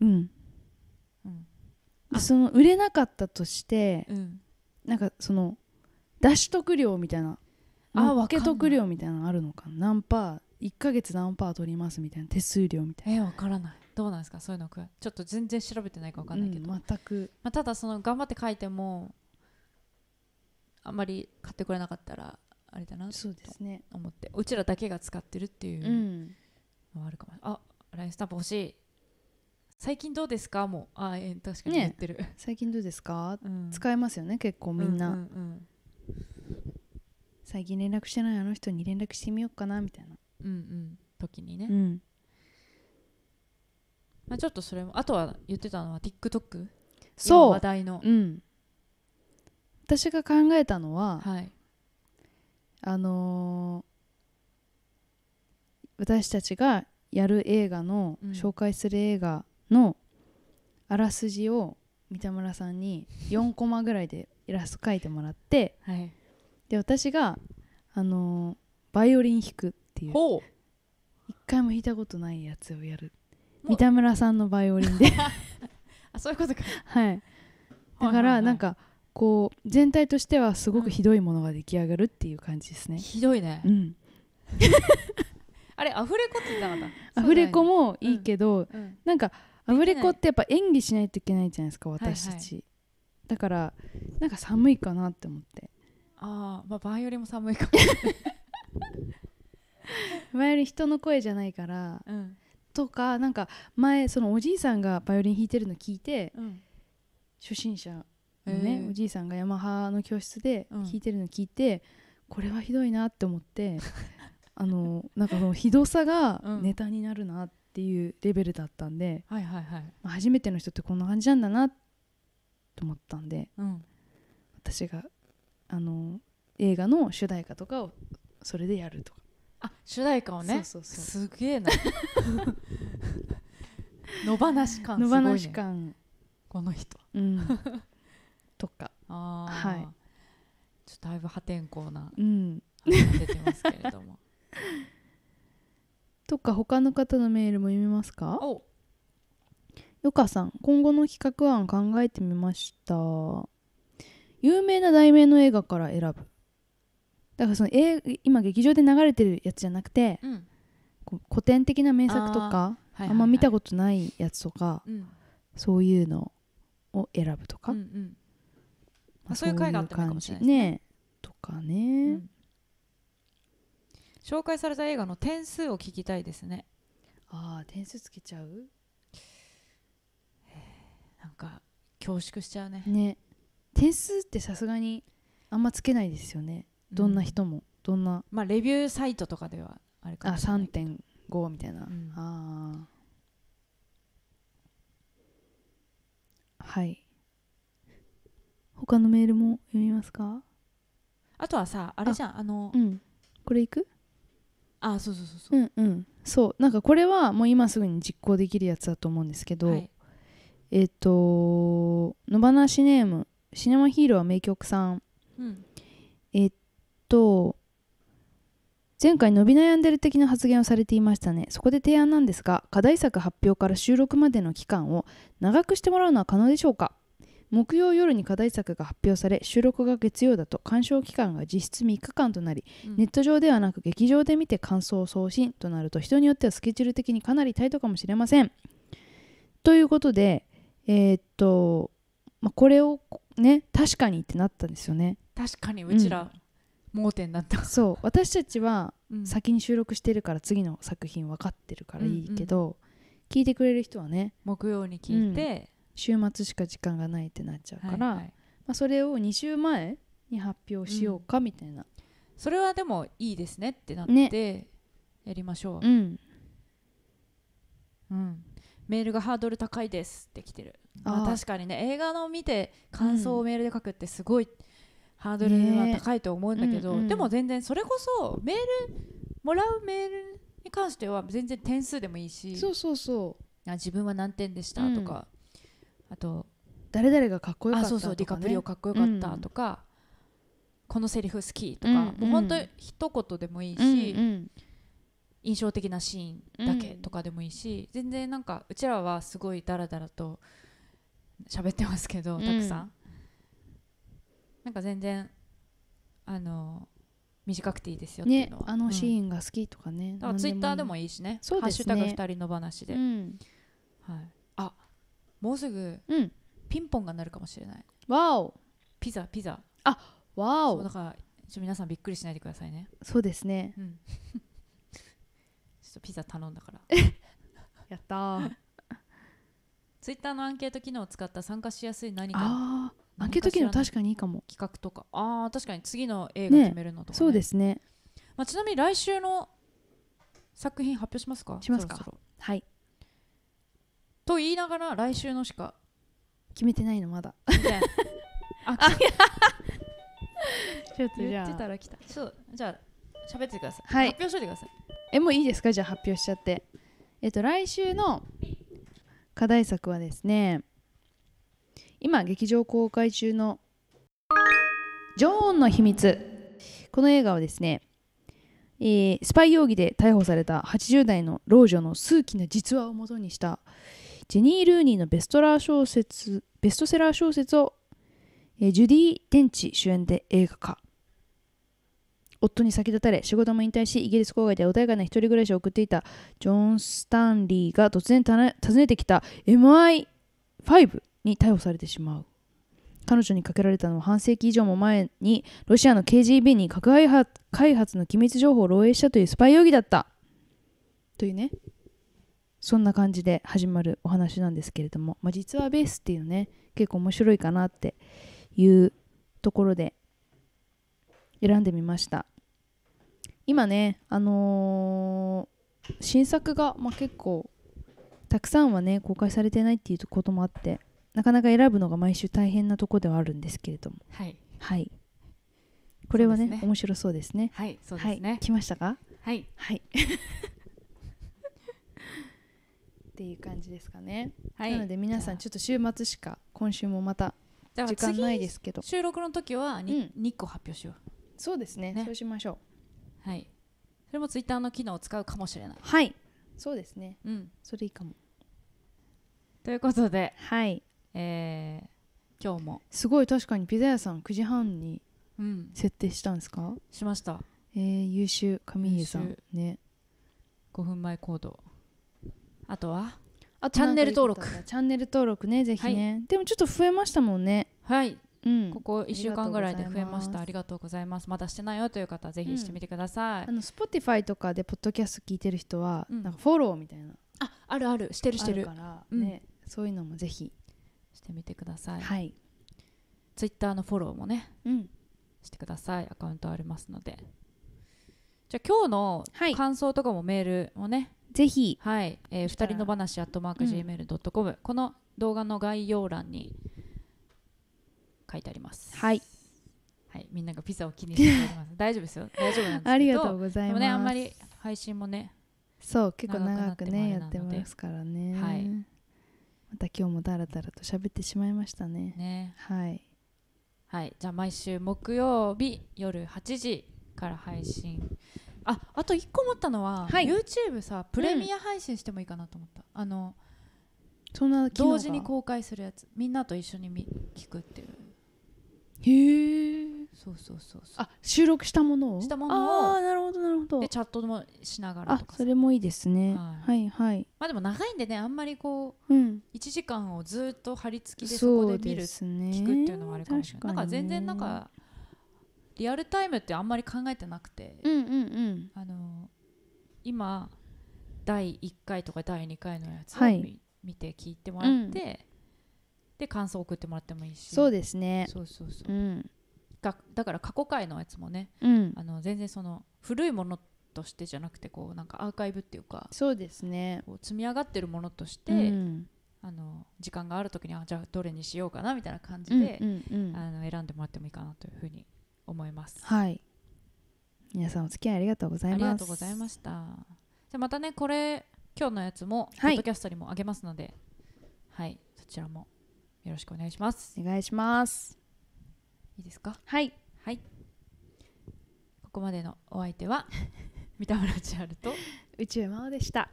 うん
うん
でその売れなかったとして
うん
なんかその出し得料みたいな
あわ
あ
か
分
んない
け得料みたいなのあるのかな何パー1ヶ月何パー取りますみたいな手数料みたいな
えわからないどうなんですかそういうのくちょっと全然調べてないかわかんないけど、
うん全く
まあ、ただその頑張って書いてもあんまり買ってくれなかったらあれだなと
そうですね
思ってうちらだけが使ってるっていううんのはあるかも、あ LINE スタンプ欲しい最近どうですかもうあえー確かに
ね
言ってる、
最近どうですか
うん、
使えますよね結構みんな、
うんうん
最近連絡してないあの人に連絡してみようかなみたいな
うん、うんうん時にね、
うん
まあ、ちょっとそれもあとは言ってたのは TikTok 今
そ
話題の
う、うん、私が考えたのは
はい
あのー私たちがやる映画の、
うん
紹介する映画のあらすじを三田村さんに4コマぐらいでイラスト描いてもらって
はい
で私が、あのーバイオリン弾くっていう
ほう
一回も弾いたことないやつをやる
もう
三田村さんのバイオリン で
あそういうことか
はいだからなん、かこう全体としてはすごくひどいものが出来上がるっていう感じですね
ひどいね、
うん
あれアフレコって言ってなかった
アフレコ
も、
もいいけど、
うん
なんかアフレコってやっぱ演技しないといけないじゃないですか
いはい
私たち、だからなんか寒いかなって思って
ああまあバイオリンも寒いかも、
バイオリン人の声じゃないから
うん
とかなんか前そのおじいさんがバイオリン弾いてるの聞いて
うん、
初心者の
え
ね、
ー
おじいさんがヤマハの教室で
うん
弾いてるの聞いて、これはひどいなって思ってあのなんかそのひどさが
うん
ネタになるなっていうレベルだったんで、
はいはいはい、
まあ初めての人ってこんな感じなんだなと思ったんで
うん、
私があの映画の主題歌とかをそれでやるとか、
あ主題歌をね
そうそうそ
すげえな 野放し感
う野
すごい、ね、
放し感、
この人
うん、とか、
ああ
はい
ちょっとだいぶ破天荒な
うん、
話が出てますけれど も
とか他の方のメールも読みますか
お
ゆかさん今後の企画案考えてみました有名な題名の映画から選ぶだからその映今劇場で流れてるやつじゃなくて
うん、はいはい
こう古典的な名作とか
は
あ
い
んま見たことないやつとか
うん
そういうのを選ぶとか、
うんうんあそういう会があってもいいかもしれない
そうう感じねとかね、
うん紹介された映画の点数を聞きたいですね
ああ点数つけちゃう
なんか恐縮しちゃうね
ね点数ってさすがにあんまつけないですよねどんな、人も、どんな
うんまあレビューサイトとかではあれ
あ
かもしれない
3.5みたいな、
ん
ああはい他のメールも読みますか
あとはさあれじゃんあの、
うんこれいく
あそうそうそうそう
うんうんそうなんかこれはもう今すぐに実行できるやつだと思うんですけど、
はい
えっ、と野放しネームシネマヒーローは名曲さん
うん
と前回伸び悩んでる的な発言をされていましたねそこで提案なんですが課題作発表から収録までの期間を長くしてもらうのは可能でしょうか木曜夜に課題作が発表され収録が月曜だと鑑賞期間が実質3日間となり、
うん
ネット上ではなく劇場で見て感想を送信となると人によってはスケジュール的にかなりタイトかもしれません。ということでえーっと、まあこれをね確かにってなったんですよね。
確かにうちら、盲点だった、
そう私たちは
うん
先に収録してるから次の作品分かってるからいいけど、聞いてくれる人はね
木曜に聞いて、
週末しか時間がないってなっちゃうから、
はいはい
まあ、それを2週前に発表しようかみたいな、
それはでもいいですねってなって、やりましょう、
うん
うんメールがハードル高いですって来てる
あ
まあ、
ー
確かにね映画の見て感想をメールで書くってすごいハードルは高いと思うんだけど、
ねえうんうん
でも全然それこそメールもらうメールに関しては全然点数でもいいし
そうそうそう
あ自分は何点でしたとか、あと
誰々がかっこよか
あ
ったと
そ
か、
うそう
ね、
ディカプリオかっこよかったとか、このセリフ好きとか、
うんうん
もう本当一言でもいいし、
うん
印象的なシーンだけとかでもいいし、全然なんかうちらはすごいダラダラと喋ってますけど
うん
たくさん、なんか全然あの短くていいですよっ
うん、
ていう
ね
のは、
あのシ
ン、
ーンが好きとかね、
だからツイッターでもいいしね
そう
ハ
で
ッ
す
シ
ね
ュタグ二人の話で、
いうん、
はい、あもうすぐ
うん、
ピンポンが鳴るかもしれない
わお
ピザピザ
わ
そう
お
だからちょっと皆さんびっくりしないでくださいね
そうですね
うん ちょっとピザ頼んだから
やったー
ツイッターのアンケート機能を使った参加しやすい何か
あー
何
開け
か
と
し
き
ら
の
の
確かにいいかも
企画とかあー確かに次の映画決めるのとか、ね
そうですね
まあ、ちなみに来週の作品発表しますか
しますか
そろそろ
はい
と言いながら来週のしか
決めてないのまだ
ねあ
ちょっ
言ってたら来たそうじゃあ喋ってください、
はい
発表しといてください
えもういいですかじゃあ発表しちゃってえっと来週の課題作はですね今劇場公開中の「ジョーンの秘密」この映画はですね、えースパイ容疑で逮捕された80代の老女の数奇な実話をもとにしたジェニー・ルーニーのベストラー小説ベストセラー小説を、えージュディ・デンチ主演で映画化夫に先立たれ仕事も引退しイギリス郊外で穏やかな一人暮らしを送っていたジョン・スタンリーが突然たな訪ねてきた MI5 に逮捕されてしまう彼女にかけられたのは半世紀以上も前にロシアの KGB に核開発開発の機密情報を漏洩したというスパイ容疑だったというねそんな感じで始まるお話なんですけれども、まあ、実はベースっていうね結構面白いかなっていうところで選んでみました今ねあのー新作が、まあ、結構たくさんはね公開されてないっていうこともあってなかなか選ぶのが毎週大変なとこではあるんですけれども
はい
はいこれはね
そうですね
面白そうですね
はいそうで
は
す
い、
ね
来ましたか
はい、
はいっていう感じですかね、
はい
なので皆さん
じ
ちょっと週末しか今週もまた
ゃあ
時間ないですけど
次収録の時はに、
う
2個発表しよ
そうですね
ね
そうしましょ
うはいそれもツイッターの機能を使うかもしれないう
はいそうですね
うん
それいいかも
ということで、
はい
えー今日も、
すごい確かにピザ屋さん9時半に
うん、
設定したんですか
しました
えー、優秀上家さん
優
ね
5分前行動あとは
あ
チャンネル登録
チャンネル登録ねぜひね、でもちょっと増えましたもんね
はい
うん
ここ1週間ぐらいで増えました
あ
あ
り
りがとうございますまだしてないよという方はぜひしてみてください、
あの Spotify とかでポッドキャスト聞いてる人は、
うん
なんかフォローみたいな
ああるあるしてる
あるから、
うん
ねそういうのもぜひ
してみてください、
はい、
ツイッターのフォローもね
うん、
してくださいアカウントありますのでじゃあ今日の
はい
感想とかもメールもね
ぜひ
はい、えー、
した
二
ら
人の話アットマーク Gmail.com、この動画の概要欄に書いてあります
はい
はいみんながピザを気にしております大丈夫ですよ大丈夫なん ですけど
ありがとうござ
で
いま
も
す、
ねあんまり配信もね
そう結構長くね
長く
や
な
っ
って
て
もあれなので
ますからね、
はい
また今日もダラダラと喋ってしまいましたね
ね
はい
はいじゃあ毎週木曜日夜8時から配信ああと1個思ったのは、
はい
YouTube さプレミア配信してもいいかなと思った、あの
そんな機能が
同時に公開するやつみんなと一緒に見聞くっていう
へえ
そうそうそうそう
あ収録したものを
したも
あ
の
あ
を
なるほどなるほど
でチャットもしながら
あ
とかさ
それもいいですね
は
はいはい
まあでも長いんでねあんまりこ
うん
う1時間をずっと張り付きでそこ
そ
で
う
見る、
ですね
聞くっていうのもあれかもしれないなん
確
か
にね
全然なんかリアルタイムってあんまり考えてなくて、
うんうんうん
あの今第1回とか第2回のやつを見,、
はい
見て聞いてもらって、で感想送ってもらってもいいし
そうですね
そうそうそう
うん
がだから過去回のやつもね
うん
あの全然その古いものとしてじゃなくてこうなんかアーカイブっていうか
そうですね
こう積み上がってるものとして、
うん
あの時間がある時にあじゃあどれにしようかなみたいな感
う
じ
ん
で、
うんうん
あの選んでもらってもいいかなというふうに思います。
はい皆さんお付き合いありがとうござい
あ
ます
りがとうございました。じゃあまたねこれ今日のやつもポ
はい
ッドキャストにもあげますので、はい、そちらもよろしくお願いします。
お願いします
いいですか？
はい
はい。ここまでのお相手は三田村千春と
宇宙魔王でした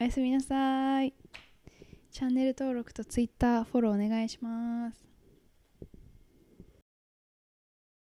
おやすみなさいチャンネル登録とツイッターフォローお願いします